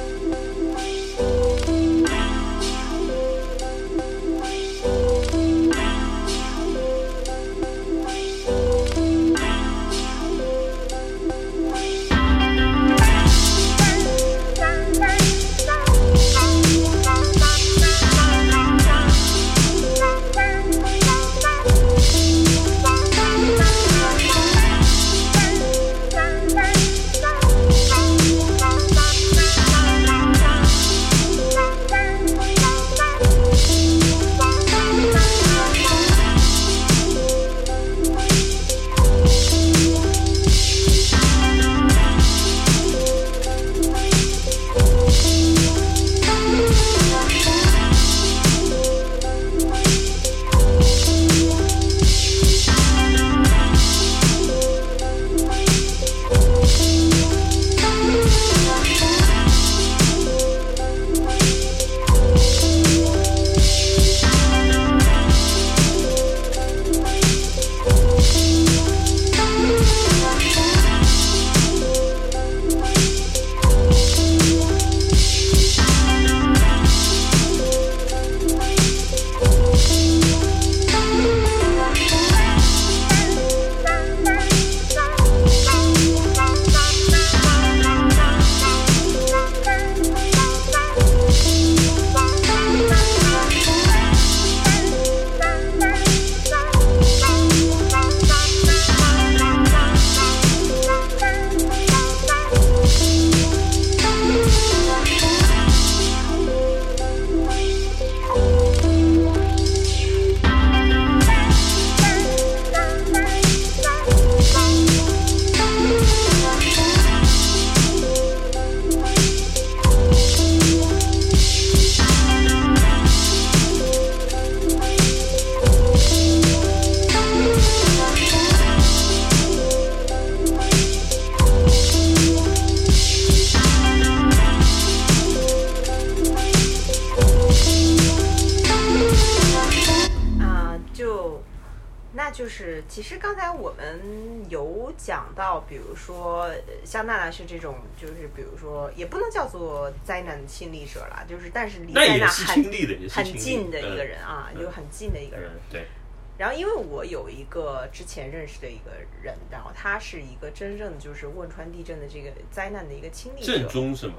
[SPEAKER 5] 啊、就那就是，其实刚才我们有讲到，比如说呃像娜娜是这种，就是比如说也不能叫做灾难的亲历者啦，就是但是离
[SPEAKER 1] 那
[SPEAKER 5] 灾
[SPEAKER 1] 也
[SPEAKER 5] 难
[SPEAKER 1] 是亲
[SPEAKER 5] 很
[SPEAKER 1] 历的，也是
[SPEAKER 5] 很
[SPEAKER 1] 亲历
[SPEAKER 5] 近的一个
[SPEAKER 1] 嗯
[SPEAKER 5] 人啊，
[SPEAKER 1] 嗯
[SPEAKER 5] 有很近的一个人。
[SPEAKER 1] 嗯，对，
[SPEAKER 5] 然后因为我有一个之前认识的一个人，然后他是一个真正就是汶川地震的这个灾难的一个亲历者
[SPEAKER 1] 正，宗是吗？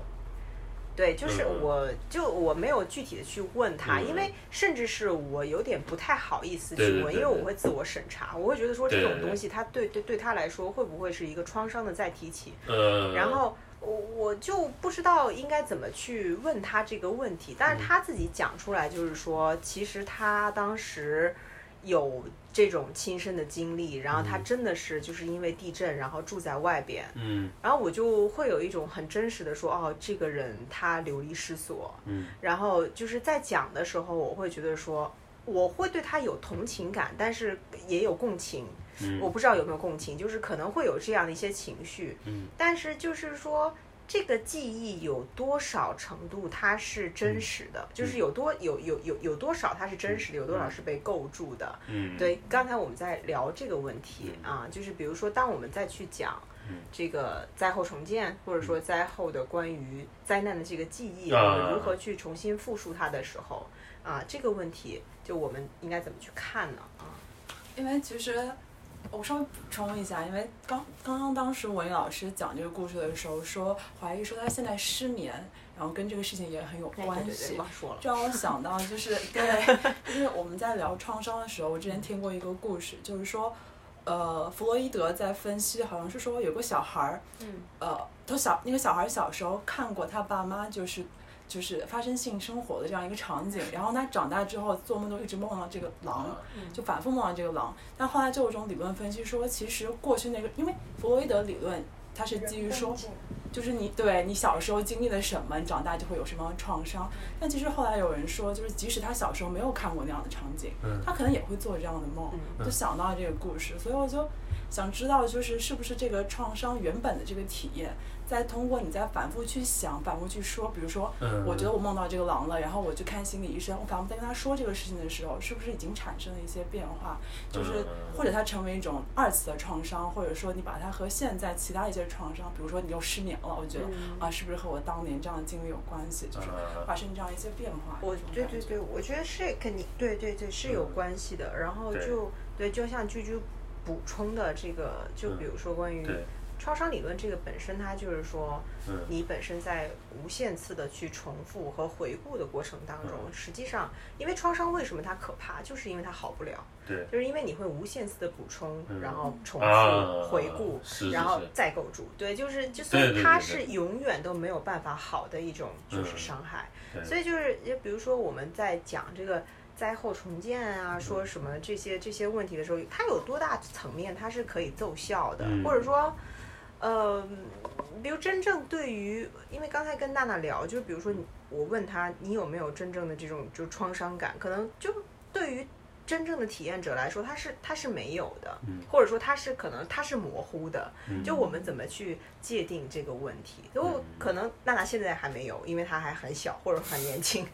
[SPEAKER 5] 对，就是
[SPEAKER 1] 嗯嗯
[SPEAKER 5] 我就我没有具体的去问他，
[SPEAKER 1] 嗯
[SPEAKER 5] 因为甚至是我有点不太好意思去
[SPEAKER 1] 对
[SPEAKER 5] 问，
[SPEAKER 1] 对
[SPEAKER 5] 因
[SPEAKER 1] 对
[SPEAKER 5] 为
[SPEAKER 1] 对
[SPEAKER 5] 我会自我审查，我会觉得说这
[SPEAKER 1] 对对
[SPEAKER 5] 种
[SPEAKER 1] 对
[SPEAKER 5] 东西它对对对他来说会不会是一个创伤的再提起，
[SPEAKER 1] 呃，
[SPEAKER 5] 然后。我我就不知道应该怎么去问他这个问题，
[SPEAKER 1] 嗯
[SPEAKER 5] 但是他自己讲出来，就是说，其实他当时有这种亲身的经历，然后他真的是就是因为地震，然后住在外边，
[SPEAKER 1] 嗯
[SPEAKER 5] 然后我就会有一种很真实的说，哦，这个人他流离失所。
[SPEAKER 1] 嗯，
[SPEAKER 5] 然后就是在讲的时候，我会觉得说，我会对他有同情感，但是也有共情。
[SPEAKER 1] 嗯
[SPEAKER 5] 我不知道有没有共情，就是可能会有这样的一些情绪。
[SPEAKER 1] 嗯，
[SPEAKER 5] 但是就是说，这个记忆有多少程度它是
[SPEAKER 1] 嗯
[SPEAKER 5] 真实的，就是有多有有有有多少它是真实的，有多少是被构筑的。
[SPEAKER 1] 嗯，
[SPEAKER 5] 对，刚才我们在聊这个问题啊，就是比如说，当我们再去讲
[SPEAKER 1] 嗯
[SPEAKER 5] 这个灾后重建，或者说灾后的关于灾难的这个记忆，
[SPEAKER 1] 啊
[SPEAKER 5] 我们如何去重新复述它的时候，啊，这个问题就我们应该怎么去看呢？啊，
[SPEAKER 2] 因为其实我稍微补充一下，因为刚刚刚当时文宇老师讲这个故事的时候说，怀疑说他现在失眠，然后跟这个事情也很有关
[SPEAKER 5] 对对
[SPEAKER 2] 系
[SPEAKER 5] 对，。忘说了，
[SPEAKER 2] 这让我想到 就是对，就是我们在聊创伤的时候，我之前听过一个故事，就是说，呃，弗洛伊德在分析，好像是说有个小孩儿，
[SPEAKER 5] 嗯，
[SPEAKER 2] 呃，他小那个小孩小时候看过他爸妈就是就是发生性生活的这样一个场景，然后他长大之后做梦都一直梦到这个狼，
[SPEAKER 5] 嗯
[SPEAKER 2] 就反复梦到这个狼。但后来就有一种理论分析说，其实过去那个，因为弗洛伊德理论它是基于说，就是你对你小时候经历了什么，你长大就会有什么样的创伤。但其实后来有人说，就是即使他小时候没有看过那样的场景，
[SPEAKER 1] 嗯
[SPEAKER 2] 他可能也会做这样的梦，
[SPEAKER 1] 嗯
[SPEAKER 2] 就想到这个故事，所以我就想知道，就是是不是这个创伤原本的这个体验，再通过你再反复去想、反复去说，比如说，
[SPEAKER 1] 嗯
[SPEAKER 2] 我觉得我梦到这个狼了，然后我去看心理医生，我反复在跟他说这个事情的时候，是不是已经产生了一些变化？就是
[SPEAKER 1] 嗯
[SPEAKER 2] 或者它成为一种二次的创伤，或者说你把它和现在其他一些创伤，比如说你又失眠了，我觉得、
[SPEAKER 5] 嗯
[SPEAKER 2] 啊，是不是和我当年这样的经历有关系？就是
[SPEAKER 1] 嗯
[SPEAKER 2] 发生这样一些变化。
[SPEAKER 5] 我
[SPEAKER 2] 这种
[SPEAKER 5] 对
[SPEAKER 2] 感
[SPEAKER 5] 对
[SPEAKER 2] 觉
[SPEAKER 5] 对，我觉得是肯定，对对对是有
[SPEAKER 1] 嗯
[SPEAKER 5] 关系的。然后
[SPEAKER 1] 对
[SPEAKER 5] 就对，就像居居补充的这个，就比如说关于
[SPEAKER 1] 嗯对
[SPEAKER 5] 创伤理论这个本身，它就是说
[SPEAKER 1] 嗯，
[SPEAKER 5] 你本身在无限次的去重复和回顾的过程当中，
[SPEAKER 1] 嗯
[SPEAKER 5] 实际上，因为创伤为什么它可怕，就是因为它好不了，
[SPEAKER 1] 对，
[SPEAKER 5] 就是因为你会无限次的补充，
[SPEAKER 1] 嗯
[SPEAKER 5] 然后重
[SPEAKER 1] 啊
[SPEAKER 5] 复回顾，
[SPEAKER 1] 是是
[SPEAKER 5] 然后
[SPEAKER 1] 是
[SPEAKER 5] 再构筑，对，就是就所
[SPEAKER 1] 对对
[SPEAKER 5] 以
[SPEAKER 1] 对
[SPEAKER 5] 它
[SPEAKER 1] 对
[SPEAKER 5] 是永远都没有办法好的一种就是
[SPEAKER 1] 嗯
[SPEAKER 5] 伤害。
[SPEAKER 1] 对
[SPEAKER 5] 所以就是，就比如说我们在讲这个灾后重建啊，说什么这些这些问题的时候，它有多大层面它是可以奏效的，
[SPEAKER 1] 嗯
[SPEAKER 5] 或者说，呃，比如真正对于，因为刚才跟娜娜聊，就是比如说你，我问她你有没有真正的这种就创伤感，可能就对于。真正的体验者来说，他是他是没有的，
[SPEAKER 1] 嗯
[SPEAKER 5] 或者说他是可能他是模糊的，
[SPEAKER 1] 嗯
[SPEAKER 5] 就我们怎么去界定这个问题？如果可能娜娜现在还没有，因为她还很小或者很年轻，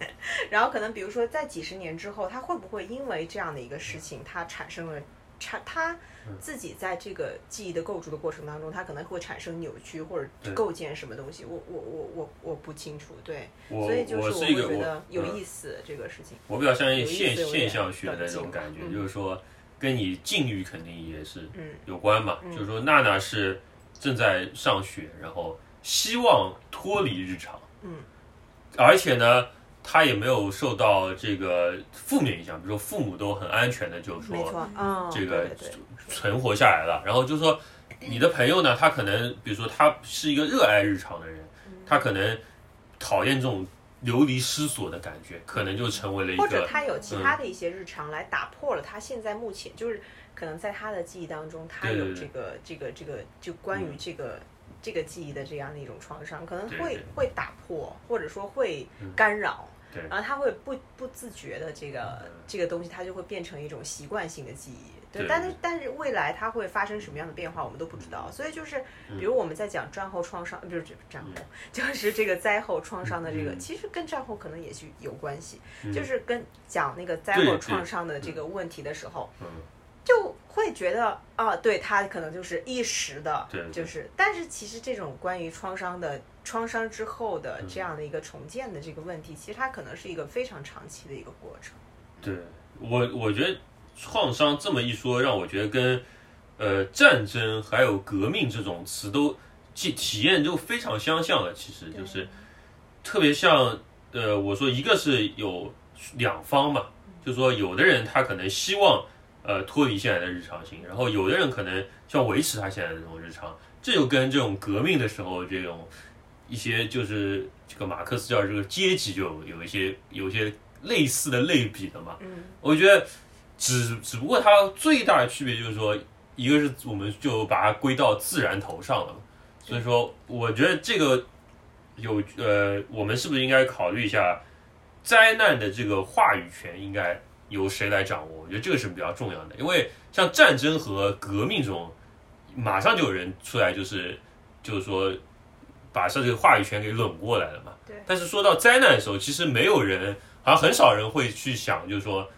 [SPEAKER 5] 然后可能比如说在几十年之后，她会不会因为这样的一个事情，她产生了产她
[SPEAKER 1] 嗯
[SPEAKER 5] 自己在这个记忆的构筑的过程当中，她可能会产生扭曲或者
[SPEAKER 1] 对
[SPEAKER 5] 构建什么东西？我我我我我不清楚，对，
[SPEAKER 1] 我
[SPEAKER 5] 所以就是
[SPEAKER 1] 我
[SPEAKER 5] 我
[SPEAKER 1] 是一
[SPEAKER 5] 会
[SPEAKER 1] 个
[SPEAKER 5] 觉得有
[SPEAKER 1] 嗯
[SPEAKER 5] 意思这个事情，
[SPEAKER 1] 我比较相
[SPEAKER 5] 有
[SPEAKER 1] 信
[SPEAKER 5] 意思有
[SPEAKER 1] 现
[SPEAKER 5] 点
[SPEAKER 1] 现象学的那种
[SPEAKER 5] 冷静
[SPEAKER 1] 感觉，
[SPEAKER 5] 嗯
[SPEAKER 1] 就是说跟你境遇肯定也是
[SPEAKER 5] 嗯
[SPEAKER 1] 有关嘛。就是说娜娜是正在上学，然后希望脱离日常，
[SPEAKER 5] 嗯，
[SPEAKER 1] 而且呢，她也没有受到这个负面影响，比如说父母都很安全的，就是
[SPEAKER 5] 没错
[SPEAKER 1] 说，
[SPEAKER 5] 嗯，
[SPEAKER 1] 这个
[SPEAKER 5] 对对对
[SPEAKER 1] 存活下来了。然后就是说你的朋友呢，他可能比如说他是一个热爱日常的人，
[SPEAKER 5] 嗯
[SPEAKER 1] 他可能讨厌这种流离失所的感觉，可能就成为了一
[SPEAKER 5] 或者
[SPEAKER 1] 个。嗯
[SPEAKER 5] 他有其他的一些日常来打破了他现在目前就是可能在他的记忆当中，他
[SPEAKER 1] 对对
[SPEAKER 5] 有
[SPEAKER 1] 对
[SPEAKER 5] 这个这个这个就关于
[SPEAKER 1] 嗯
[SPEAKER 5] 这个、这个记忆的这样的一种创伤，可能
[SPEAKER 1] 对
[SPEAKER 5] 会
[SPEAKER 1] 对
[SPEAKER 5] 会打破，或者说会
[SPEAKER 1] 嗯
[SPEAKER 5] 干扰。
[SPEAKER 1] 对
[SPEAKER 5] 然后他会不不自觉的这个
[SPEAKER 1] 嗯
[SPEAKER 5] 这个东西，它就会变成一种习惯性的记忆。对，
[SPEAKER 1] 对嗯
[SPEAKER 5] 但是但是未来它会发生什么样的变化，我们都不知道。所以就是，比如我们在讲战后创伤，呃不是战后，就是这个灾后创伤的这个，
[SPEAKER 1] 嗯
[SPEAKER 5] 其实跟战后可能也许有关系。
[SPEAKER 1] 嗯
[SPEAKER 5] 就是跟讲那个灾
[SPEAKER 1] 对
[SPEAKER 5] 后
[SPEAKER 1] 对
[SPEAKER 5] 创伤的这个问题的时候，
[SPEAKER 1] 嗯
[SPEAKER 5] 就会觉得啊，对他可能就是一时的，
[SPEAKER 1] 嗯对对
[SPEAKER 5] 就是，但是其实这种关于创伤的创伤之后的
[SPEAKER 1] 嗯
[SPEAKER 5] 这样的一个重建的这个问题，其实它可能是一个非常长期的一个过程。
[SPEAKER 1] 对我，我觉得创伤这么一说，让我觉得跟呃战争还有革命这种词都体体验就非常相像了。其实就是特别像呃，我说一个是有两方嘛，就说有的人他可能希望呃脱离现在的日常性，然后有的人可能希望维持他现在的这种日常，这就跟这种革命的时候这种一些就是这个马克思叫这个阶级就有有一些有一些类似的类比的嘛。
[SPEAKER 5] 嗯，
[SPEAKER 1] 我觉得只只不过它最大的区别就是说，一个是我们就把它归到自然头上了嘛，所以说我觉得这个有呃，我们是不是应该考虑一下灾难的这个话语权应该由谁来掌握？我觉得这个是比较重要的，因为像战争和革命这种，马上就有人出来就是就是说把这个话语权给拢过来了嘛。
[SPEAKER 5] 对
[SPEAKER 1] 但是说到灾难的时候，其实没有人，好像很少人会去想，就是说，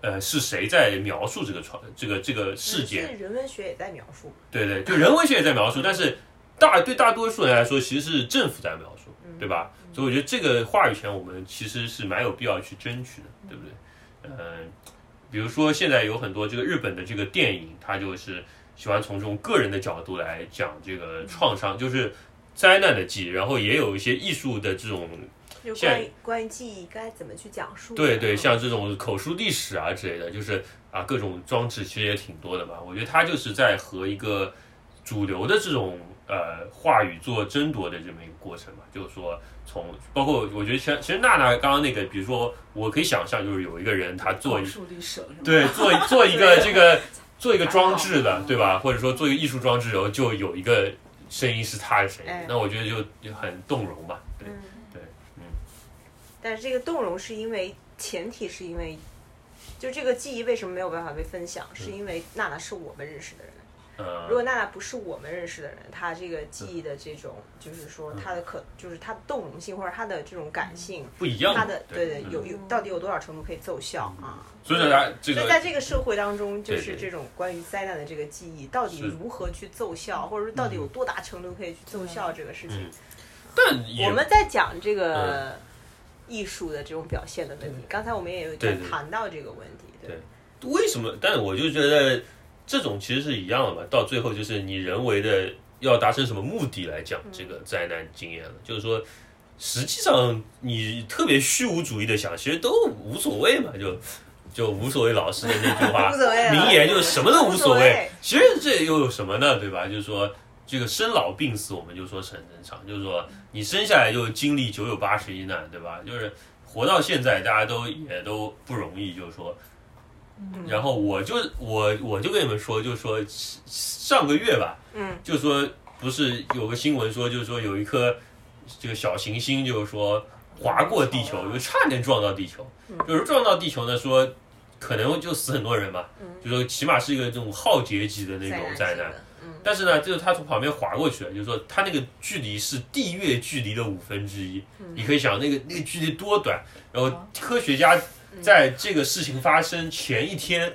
[SPEAKER 1] 呃，是谁在描述这个传这个这个事件？
[SPEAKER 5] 是人文学也在描述，
[SPEAKER 1] 对对，就人文学也在描述，但是大对大多数人来说，其实是政府在描述，
[SPEAKER 5] 嗯
[SPEAKER 1] 对吧？所以我觉得这个话语权我们其实是蛮有必要去争取的，对不对？呃，比如说现在有很多这个日本的这个电影，它就是喜欢从这种个人的角度来讲这个创伤，就是灾难的记忆，然后也有一些艺术的这种
[SPEAKER 5] 就
[SPEAKER 1] 现在
[SPEAKER 5] 关于关于记忆该怎么去讲述。嗯
[SPEAKER 1] 对对，像这种口述历史啊之类的，就是啊各种装置其实也挺多的嘛。我觉得它就是在和一个主流的这种呃话语做争夺的这么一个过程嘛。就是说从包括我觉得像其实娜娜刚刚那个，比如说我可以想象，就是有一个人他做一
[SPEAKER 5] 哦
[SPEAKER 2] 口述历史了是吗？
[SPEAKER 1] 对，做做一 个这个做一个
[SPEAKER 2] 还
[SPEAKER 1] 装
[SPEAKER 2] 好
[SPEAKER 5] 嗯
[SPEAKER 1] 置的，对吧？或者说做一个艺术装置，然后就有一个声音是他的声音
[SPEAKER 5] 哎，
[SPEAKER 1] 那我觉得就就很动容嘛。对，
[SPEAKER 5] 嗯，
[SPEAKER 1] 对，嗯。
[SPEAKER 5] 但是这个动容是因为前提是因为，就这个记忆为什么没有办法被分享，
[SPEAKER 1] 嗯
[SPEAKER 5] 是因为娜娜是我们认识的人。
[SPEAKER 1] 呃
[SPEAKER 5] 嗯如，果娜娜不是我们认识的人，她这个记忆的这种，
[SPEAKER 1] 嗯
[SPEAKER 5] 就是说她的可，就是她的动容性或者她的这种感性，
[SPEAKER 1] 不一样嘛，
[SPEAKER 5] 她的对对
[SPEAKER 1] 嗯
[SPEAKER 5] 有有到底有多少程度可以奏效啊？
[SPEAKER 1] 所以说大家这
[SPEAKER 5] 所以
[SPEAKER 1] 个
[SPEAKER 5] 在这个社会当中，就
[SPEAKER 1] 对
[SPEAKER 5] 是
[SPEAKER 1] 对
[SPEAKER 5] 这种关于灾难的这个记忆，到底
[SPEAKER 1] 是
[SPEAKER 5] 如何去奏效，或者说到底有多大程度可以去奏效这个事情
[SPEAKER 1] 嗯，但也嗯
[SPEAKER 5] 我们在讲这个艺术的这种表现的问题。刚才我们也有
[SPEAKER 1] 对
[SPEAKER 5] 在
[SPEAKER 1] 对
[SPEAKER 5] 谈到这个问题，对
[SPEAKER 1] 对为什么？但我就觉得这种其实是一样的嘛，到最后就是你人为的要达成什么目的来讲这个灾难经验了，就是说。实际上，你特别虚无主义的想，其实都无所谓嘛，就就无所谓老师的那句话
[SPEAKER 5] 无所谓了
[SPEAKER 1] 名言，就是什么都无所
[SPEAKER 5] 无所
[SPEAKER 1] 谓
[SPEAKER 5] 谓。
[SPEAKER 1] 其实这又有什么呢？对吧？就是说，这个生老病死，我们就说是很正常。就是说，你生下来就经历九九八十一难，对吧？就是活到现在，大家都也都不容易，就是说。
[SPEAKER 5] 嗯
[SPEAKER 1] 然后我就我我就跟你们说，就是说上个月吧，
[SPEAKER 5] 嗯，
[SPEAKER 1] 就说不是有个新闻说，就是说有一颗这个小行星，就是说划过地球，就差点撞到地球，就是撞到地球呢，说可能就死很多人嘛，就说起码是一个这种浩劫级的那种灾
[SPEAKER 5] 性
[SPEAKER 1] 难。
[SPEAKER 5] 的，嗯，
[SPEAKER 1] 但是呢，就是它从旁边划过去了，就是说它那个距离是地月距离的五分之一，你可以想那个那个距离多短。然后科学家
[SPEAKER 5] 嗯
[SPEAKER 1] 在这个事情发生前一天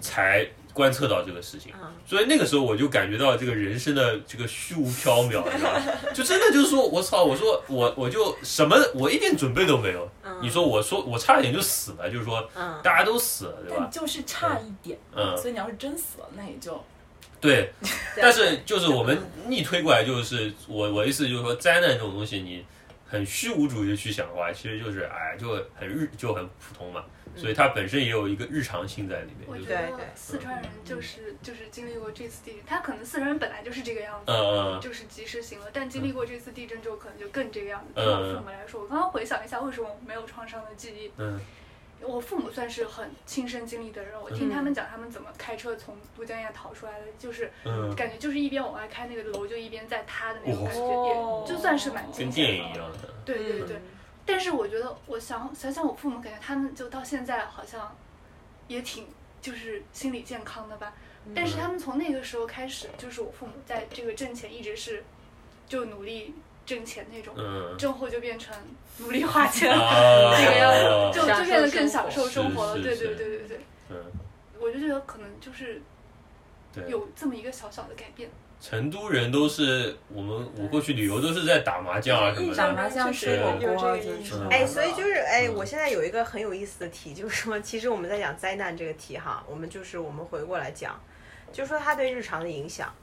[SPEAKER 1] 才观测到这个事情
[SPEAKER 5] 嗯，
[SPEAKER 1] 所以那个时候我就感觉到这个人生的这个虚无缥缈，你知道吗？ 就真的就是说我操，我说我我就什么我一点准备都没有，
[SPEAKER 6] 嗯
[SPEAKER 1] 你说我说我差点就死了，就是说
[SPEAKER 5] 嗯
[SPEAKER 1] 大家都死了，对吧
[SPEAKER 2] 但？就是差一点，
[SPEAKER 1] 嗯
[SPEAKER 2] 所以你要是真死了，那也就
[SPEAKER 1] 对，
[SPEAKER 5] 对
[SPEAKER 1] 但是就是我们逆推过来，就是我我意思就是说，灾难这种东西，你很虚无主义的去想的话，其实就是哎，就很日就很普通嘛，所以它本身也有一个日常性在里
[SPEAKER 6] 嗯我
[SPEAKER 1] 面，就
[SPEAKER 6] 觉
[SPEAKER 1] 是
[SPEAKER 5] 对
[SPEAKER 6] 得
[SPEAKER 5] 对
[SPEAKER 6] 四川人
[SPEAKER 1] 嗯
[SPEAKER 6] 就是就是经历过这次地震，他可能四川人本来就是这个样子，
[SPEAKER 1] 嗯嗯
[SPEAKER 6] 就是及时行乐，但经历过这次地震之后，可能就更这个样子。
[SPEAKER 1] 嗯
[SPEAKER 6] 对我父母来说，我刚刚回想一下，为什么我没有创伤的记忆？
[SPEAKER 1] 嗯
[SPEAKER 6] 我父母算是很亲身经历的人，我听他们讲他们怎么开车从都江堰逃出来的，就是
[SPEAKER 1] 嗯，
[SPEAKER 6] 感觉就是一边往外开那个楼，就一边在塌的那种感
[SPEAKER 2] 哦
[SPEAKER 6] 觉，也就算是蛮
[SPEAKER 1] 跟
[SPEAKER 6] 惊险
[SPEAKER 1] 电
[SPEAKER 6] 的。
[SPEAKER 1] 影一样的，
[SPEAKER 6] 对对
[SPEAKER 5] 嗯
[SPEAKER 6] 对。但是我觉得，我想想想我父母，感觉他们就到现在好像也挺就是心理健康的吧。但是他们从那个时候开始，就是我父母在这个挣钱一直是就努力挣钱那种，
[SPEAKER 1] 嗯
[SPEAKER 6] 挣后就变成努力花钱了，
[SPEAKER 1] 啊，
[SPEAKER 6] 这个样子，就
[SPEAKER 1] 嗯
[SPEAKER 6] 就变得更享受生活了。
[SPEAKER 1] 是
[SPEAKER 6] 对
[SPEAKER 1] 是
[SPEAKER 6] 对
[SPEAKER 1] 是嗯
[SPEAKER 6] 对对对，我就觉得可能就是
[SPEAKER 1] 对，
[SPEAKER 6] 有这么一个小小的改变。
[SPEAKER 1] 成都人都是我们我过去旅游都是在打麻将啊什么
[SPEAKER 2] 打
[SPEAKER 1] 的，
[SPEAKER 2] 麻将、吃火
[SPEAKER 1] 有
[SPEAKER 2] 锅，
[SPEAKER 3] 这个
[SPEAKER 2] 就
[SPEAKER 3] 意
[SPEAKER 2] 是
[SPEAKER 1] 思
[SPEAKER 5] 哎，所以就是哎，
[SPEAKER 1] 嗯
[SPEAKER 5] 我现在有一个很有意思的题，就是说，其实我们在讲灾难这个题哈，我们就是我们回过来讲，就是说它对日常的影响，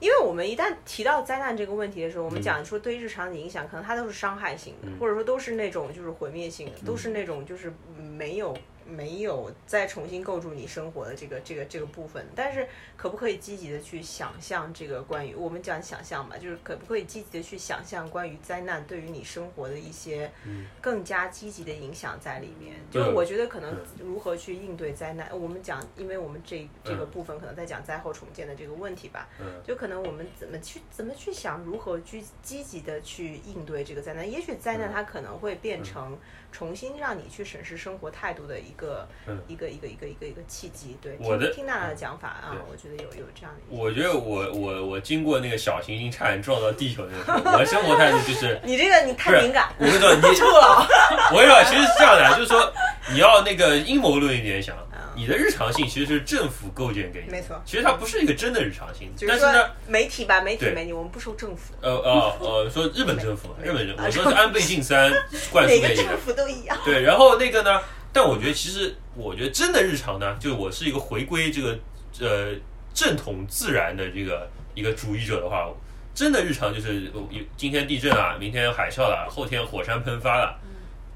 [SPEAKER 5] 因为我们一旦提到灾难这个问题的时候，
[SPEAKER 1] 嗯
[SPEAKER 5] 我们讲说对日常的影响，可能它都是伤害性的，或者说都是那种就是毁灭性的，都
[SPEAKER 1] 嗯
[SPEAKER 5] 是那种就是没有没有再重新构筑你生活的这个这个这个部分，但是可不可以积极的去想象这个关于我们讲想象吧，就是可不可以积极的去想象关于灾难对于你生活的一些
[SPEAKER 1] 嗯
[SPEAKER 5] 更加积极的影响在里面？就是
[SPEAKER 1] 对
[SPEAKER 5] 我觉得可能如何去应对灾难，我们讲，因为我们这这个部分可能在讲灾后重建的这个问题吧，
[SPEAKER 1] 嗯
[SPEAKER 5] 就可能我们怎么去怎么去想如何去积极的去应对这个灾难，也许灾难它可能会变成重新让你去审视生活态度的一个、
[SPEAKER 1] 嗯
[SPEAKER 5] 一个一个一个一个一个契机。对，
[SPEAKER 1] 我的嗯
[SPEAKER 5] 听听娜娜的讲法啊
[SPEAKER 1] 对，
[SPEAKER 5] 我觉得有有这样的一个。
[SPEAKER 1] 我觉得我我我经过那个小行星差点撞到地球那个时候，我的生活态度就是，
[SPEAKER 5] 你这个你
[SPEAKER 1] 不
[SPEAKER 5] 太
[SPEAKER 1] 是
[SPEAKER 5] 敏感，
[SPEAKER 1] 我跟你 说，你
[SPEAKER 5] 住了。
[SPEAKER 1] 我跟你说，其实是这样的，就是说你要那个阴谋论一点想，你的日常性其实是政府构建给你的，
[SPEAKER 5] 没错
[SPEAKER 1] 其实它不是一个真的日常性，
[SPEAKER 5] 就
[SPEAKER 1] 啊但
[SPEAKER 5] 是
[SPEAKER 1] 是呢
[SPEAKER 5] 说。媒体吧，媒体
[SPEAKER 1] 对
[SPEAKER 5] 媒体，我们不受政府，
[SPEAKER 1] 呃呃呃，说日本政府，日本政府，
[SPEAKER 5] 啊
[SPEAKER 1] 我说是安倍晋三灌输
[SPEAKER 5] 每
[SPEAKER 1] 给
[SPEAKER 5] 个
[SPEAKER 1] 你
[SPEAKER 5] 政
[SPEAKER 1] 的。
[SPEAKER 5] 府都一样。
[SPEAKER 1] 对，然后那个呢，但我觉得其实，我觉得真的日常呢，就是我是一个回归这个呃正统自然的这个一个主义者的话，真的日常就是呃有今天地震啊，明天海啸了，后天火山喷发了，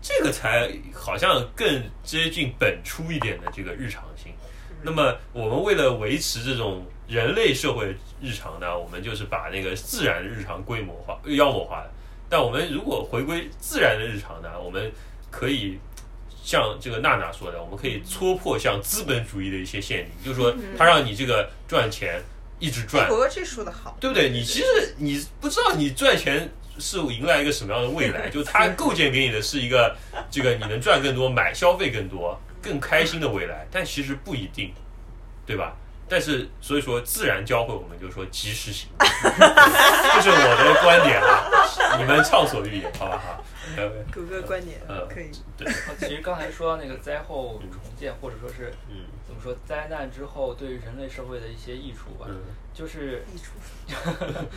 [SPEAKER 1] 这个才好像更接近本初一点的这个日常性。那么我们为了维持这种人类社会日常呢，我们就是把那个自然的日常规模化、妖魔化的。但我们如果回归自然的日常呢，我们可以像这个娜娜说的，我们可以戳破像资本主义的一些陷阱，就是说它让你这个赚钱一直赚，
[SPEAKER 5] 国这哎说的好，
[SPEAKER 1] 对不对？你其实你不知道你赚钱是迎来一个什么样的未来，就它构建给你的是一个这个你能赚更多、买消费更多、更开心的未来，但其实不一定，对吧？但是所以说，自然教会我们就说及时行乐，这是我的观点啊，你们畅所欲言，好吧？好，呃
[SPEAKER 5] 谷歌观点
[SPEAKER 1] 嗯
[SPEAKER 5] 可以。
[SPEAKER 4] 哦其实刚才说到那个灾后重建，或者说是
[SPEAKER 1] 嗯
[SPEAKER 4] 怎么说灾难之后对人类社会的一些益处吧，
[SPEAKER 1] 嗯，
[SPEAKER 4] 就是
[SPEAKER 5] 溢出，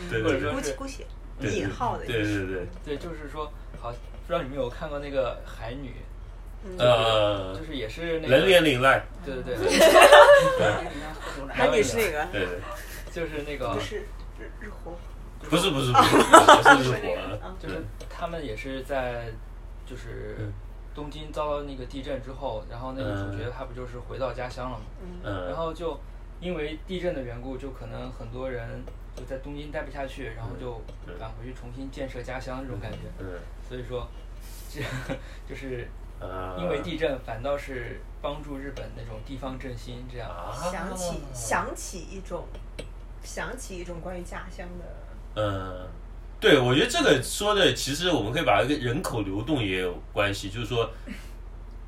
[SPEAKER 1] 对
[SPEAKER 4] 或
[SPEAKER 1] 对
[SPEAKER 4] 者说
[SPEAKER 1] 对
[SPEAKER 5] 姑且
[SPEAKER 4] 是
[SPEAKER 5] 姑且，
[SPEAKER 1] 对
[SPEAKER 5] 引号的
[SPEAKER 1] 对对对，
[SPEAKER 4] 对，就是说，好，不知道你们有看过那个海女，
[SPEAKER 1] 呃
[SPEAKER 4] 就，是也是那个
[SPEAKER 1] 人连领赖，
[SPEAKER 4] 对对 对，
[SPEAKER 5] 还得是那个，
[SPEAKER 1] 对对，
[SPEAKER 4] 就是那个
[SPEAKER 5] 不是日日活，
[SPEAKER 1] 不是不是不是不是我啊，
[SPEAKER 4] 就
[SPEAKER 1] 对
[SPEAKER 4] 是他们也是在就是
[SPEAKER 1] 嗯
[SPEAKER 4] 东京遭到那个地震之后，然后那个主角他不就是回到家乡了嘛，
[SPEAKER 1] 嗯，
[SPEAKER 4] 然后就因为地震的缘故，就可能很多人就在东京待不下去，然后就
[SPEAKER 1] 嗯
[SPEAKER 4] 赶回去重新建设家乡这种感觉，
[SPEAKER 1] 嗯。
[SPEAKER 4] 所以说。这 就是
[SPEAKER 1] 啊
[SPEAKER 4] 因为地震，反倒是帮助日本那种地方振兴这样。
[SPEAKER 1] 啊，
[SPEAKER 5] 想起想起一种，想起一种关于家乡的，
[SPEAKER 1] 嗯，对，我觉得这个说的，其实我们可以把这个人口流动也有关系，就是说，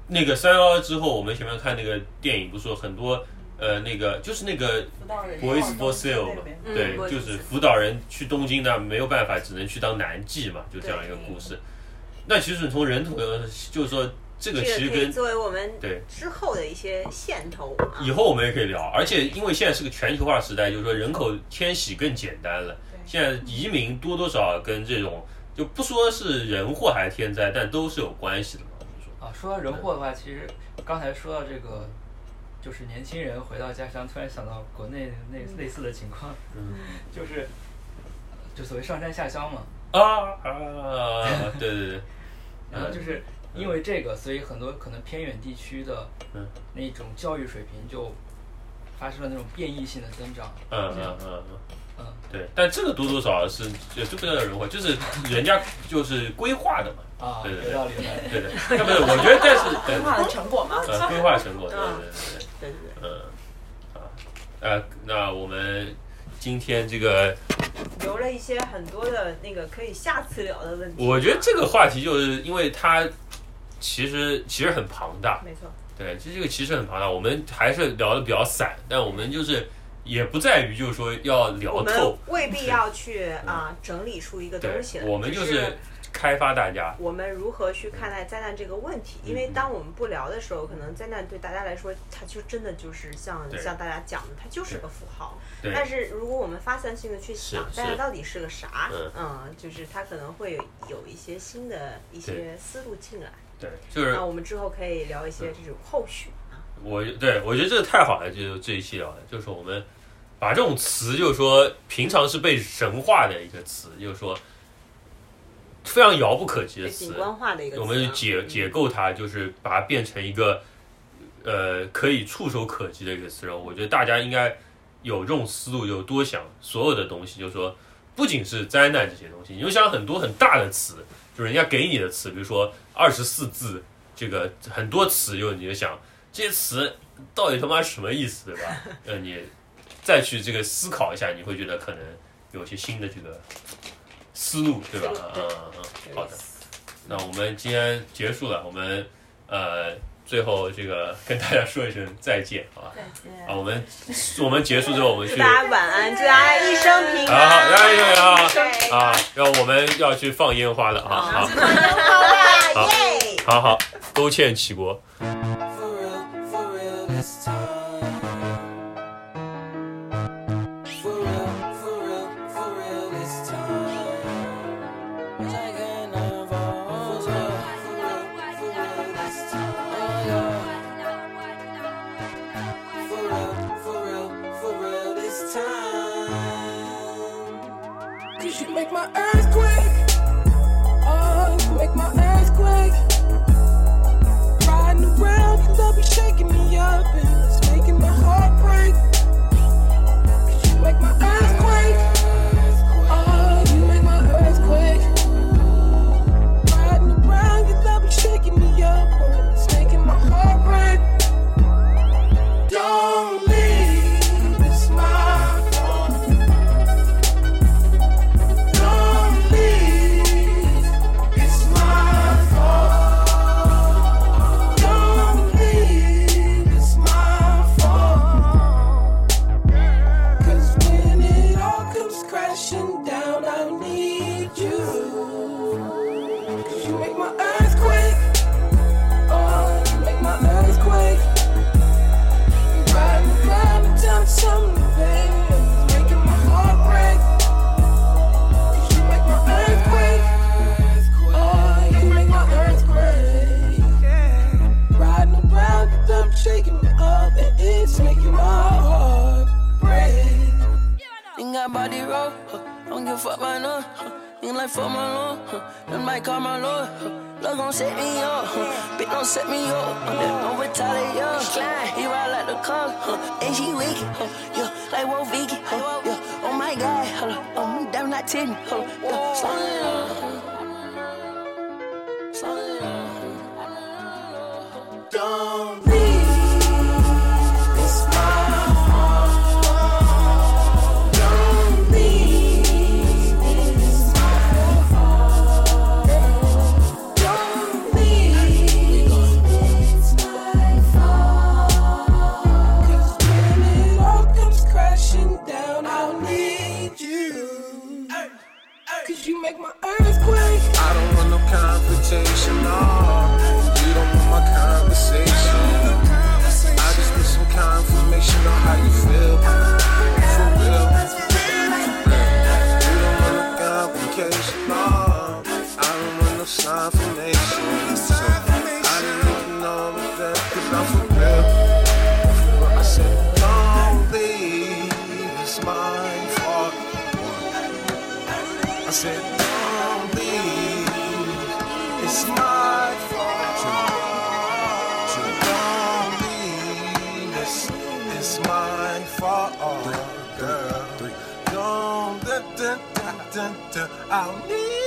[SPEAKER 1] 那个三幺幺之后，我们前面看那个电影，不是说很多呃，那个就是那个
[SPEAKER 2] 辅导人
[SPEAKER 1] Boys for Sale E 嘛，
[SPEAKER 2] 嗯
[SPEAKER 1] 对，
[SPEAKER 2] Boys
[SPEAKER 1] 就
[SPEAKER 2] for
[SPEAKER 1] 是
[SPEAKER 2] Sale
[SPEAKER 1] 辅导人去东京呢，没有办法，只能去当男妓嘛，就这样一个故事。那其实你从人口流动，就是说这个
[SPEAKER 5] 这
[SPEAKER 1] 其实
[SPEAKER 5] 个可以
[SPEAKER 1] 跟
[SPEAKER 5] 作为我们
[SPEAKER 1] 对
[SPEAKER 5] 之后的一些线头啊。
[SPEAKER 1] 以后我们也可以聊，而且因为现在是个全球化时代，就是说人口迁徙更简单了。现在移民多多少少跟这种就不说是人祸还是天灾，但都是有关系的嘛。我们说，
[SPEAKER 4] 啊，说到人祸的话，其实刚才说到这个，就是年轻人回到家乡，突然想到国内那类似的情况，
[SPEAKER 1] 嗯
[SPEAKER 4] 就是就所谓上山下乡嘛。
[SPEAKER 1] 啊啊，对对 嗯对，
[SPEAKER 4] 然后就是因为这个，所以很多可能偏远地区的
[SPEAKER 1] 嗯
[SPEAKER 4] 那种教育水平就发生了那种变异性的增长。
[SPEAKER 1] 嗯嗯嗯嗯
[SPEAKER 4] 嗯，
[SPEAKER 1] 对，但这个多多少少是也这不叫人祸，就是人家就是规划的嘛。
[SPEAKER 4] 啊，
[SPEAKER 1] 对对对
[SPEAKER 4] 有道理，有道理。
[SPEAKER 1] 对的，那不是，我觉得但是对
[SPEAKER 2] 规划的成果嘛。
[SPEAKER 1] 呃规划成果，对对对对。
[SPEAKER 5] 对对对，
[SPEAKER 1] 嗯，啊，呃，那我们今天这个，
[SPEAKER 5] 留了一些很多的那个可以下次聊的问题。啊
[SPEAKER 1] 我觉得这个话题就是因为它其实其实很庞大，
[SPEAKER 5] 没错，
[SPEAKER 1] 对，其实这个其实很庞大，我们还是聊的比较散，但我们就是也不在于就是说要
[SPEAKER 5] 我
[SPEAKER 1] 聊
[SPEAKER 5] 们
[SPEAKER 1] 透，
[SPEAKER 5] 未必要去啊整理出一个
[SPEAKER 1] 对
[SPEAKER 5] 东西，来。
[SPEAKER 1] 我们就
[SPEAKER 5] 只
[SPEAKER 1] 是开发大家，
[SPEAKER 5] 我们如何去看待灾难这个问题？因
[SPEAKER 1] 嗯
[SPEAKER 5] 为当我们不聊的时候，可能灾难对大家来说，它就真的就是像
[SPEAKER 1] 对
[SPEAKER 5] 像大家讲的，它就是个符号。
[SPEAKER 1] 对
[SPEAKER 5] 但是如果我们发散性的去想，
[SPEAKER 1] 是
[SPEAKER 5] 灾难
[SPEAKER 1] 是
[SPEAKER 5] 到底是个啥？
[SPEAKER 1] 嗯
[SPEAKER 5] 嗯，就是它可能会有一些新的一些思路进来。
[SPEAKER 1] 对，就是
[SPEAKER 5] 那我们之后可以聊一些这种后续啊，
[SPEAKER 1] 我对我觉得这个太好了，就这一期聊的，就是我们把这种词，就是说平常是被神化的一个词，就是说非常遥不可及的
[SPEAKER 5] 对
[SPEAKER 1] 词
[SPEAKER 5] 景，观化的一个词
[SPEAKER 1] 我
[SPEAKER 5] 啊。
[SPEAKER 1] 们解
[SPEAKER 5] 嗯
[SPEAKER 1] 解构它，就是把它变成一个呃可以触手可及的一个词。然后我觉得大家应该有这种思路，就多想所有的东西，就是说不仅是灾难这些东西，你就想很多很大的词，就是人家给你的词，比如说二十四字，这个很多词，就你就想这些词到底他妈什么意思，对 吧？呃，你再去这个思考一下，你会觉得可能有些新的这个思路，对啊吧？嗯嗯嗯，好的。那我们今天结束了，我们呃最后这个跟大家说一声再见，好吧？
[SPEAKER 5] 再见
[SPEAKER 1] 啊，我们我们结束之后，我们去
[SPEAKER 5] 祝大家晚安，祝大家一生平
[SPEAKER 1] 好哎好大家一生平安
[SPEAKER 5] 安，对，
[SPEAKER 1] 啊，要我们要去放烟花了啊！
[SPEAKER 5] 好
[SPEAKER 1] 好，好
[SPEAKER 5] 吧，耶。
[SPEAKER 1] 好好，勾践齐国。
[SPEAKER 7] For real, for real this time. For real, for real, for real this time. Like I never was. For real, for real this time. Oh, yeah. For real, for real, for real this time. Cause you make my earthquake. Oh, you make my earthquake riding around, you love you shaking me up, and it's making my heart break. Cause you make my earthquake. Oh, you make my earthquake. Riding around, you love you shaking me up, and it's making my heart break. Don't leave, it's my fault. Don't leave, it's my fault. Don't leave, it's my fault. 'Cause when it all comes crashing down, I need you. 'Cause you make my earthquake. Oh, you make my earthquake. Riding around and down something, baby, it's making my heart break. 'Cause you make my earthquake. Oh, you make my earthquake. Riding around the dump, shaking me up, and it's making my heart break. Nigga, body roll, huh? don't give a fuck about no. huh? Nigga, like fuck my loan, huh? then might call my lord. huh? Love gon' set me up, huh? bitch don't set me up. huh? Then don't retaliate, yo. He ride like the car, huh? and she wicked, huh? yeah, like Wolf Vicky. Huh? Yeah. Oh my god, huh? on me down not ten, huh? yeah. slow it down, huh? slow it down. huh? Don't leave, it's my don't leave, it's my fault. Don't leave, it's my fault. 'Cause when it all comes crashing down, I'll need you. 'Cause you make my earthquake.
[SPEAKER 8] I don't want no confrontation, no. You don't want my conversation. I just need some confirmation on how you feel. For real. You don't want no complication, no. I don't want no sign from nation. So I didn't even know I'm there, cause I'm for real. For real. I said, don't leave, it's my fault. I said, don't leave. It's my fault. So don't leave. It's, it's my fault, girl. Don't, dun, dun, dun, dun, dun. I'll need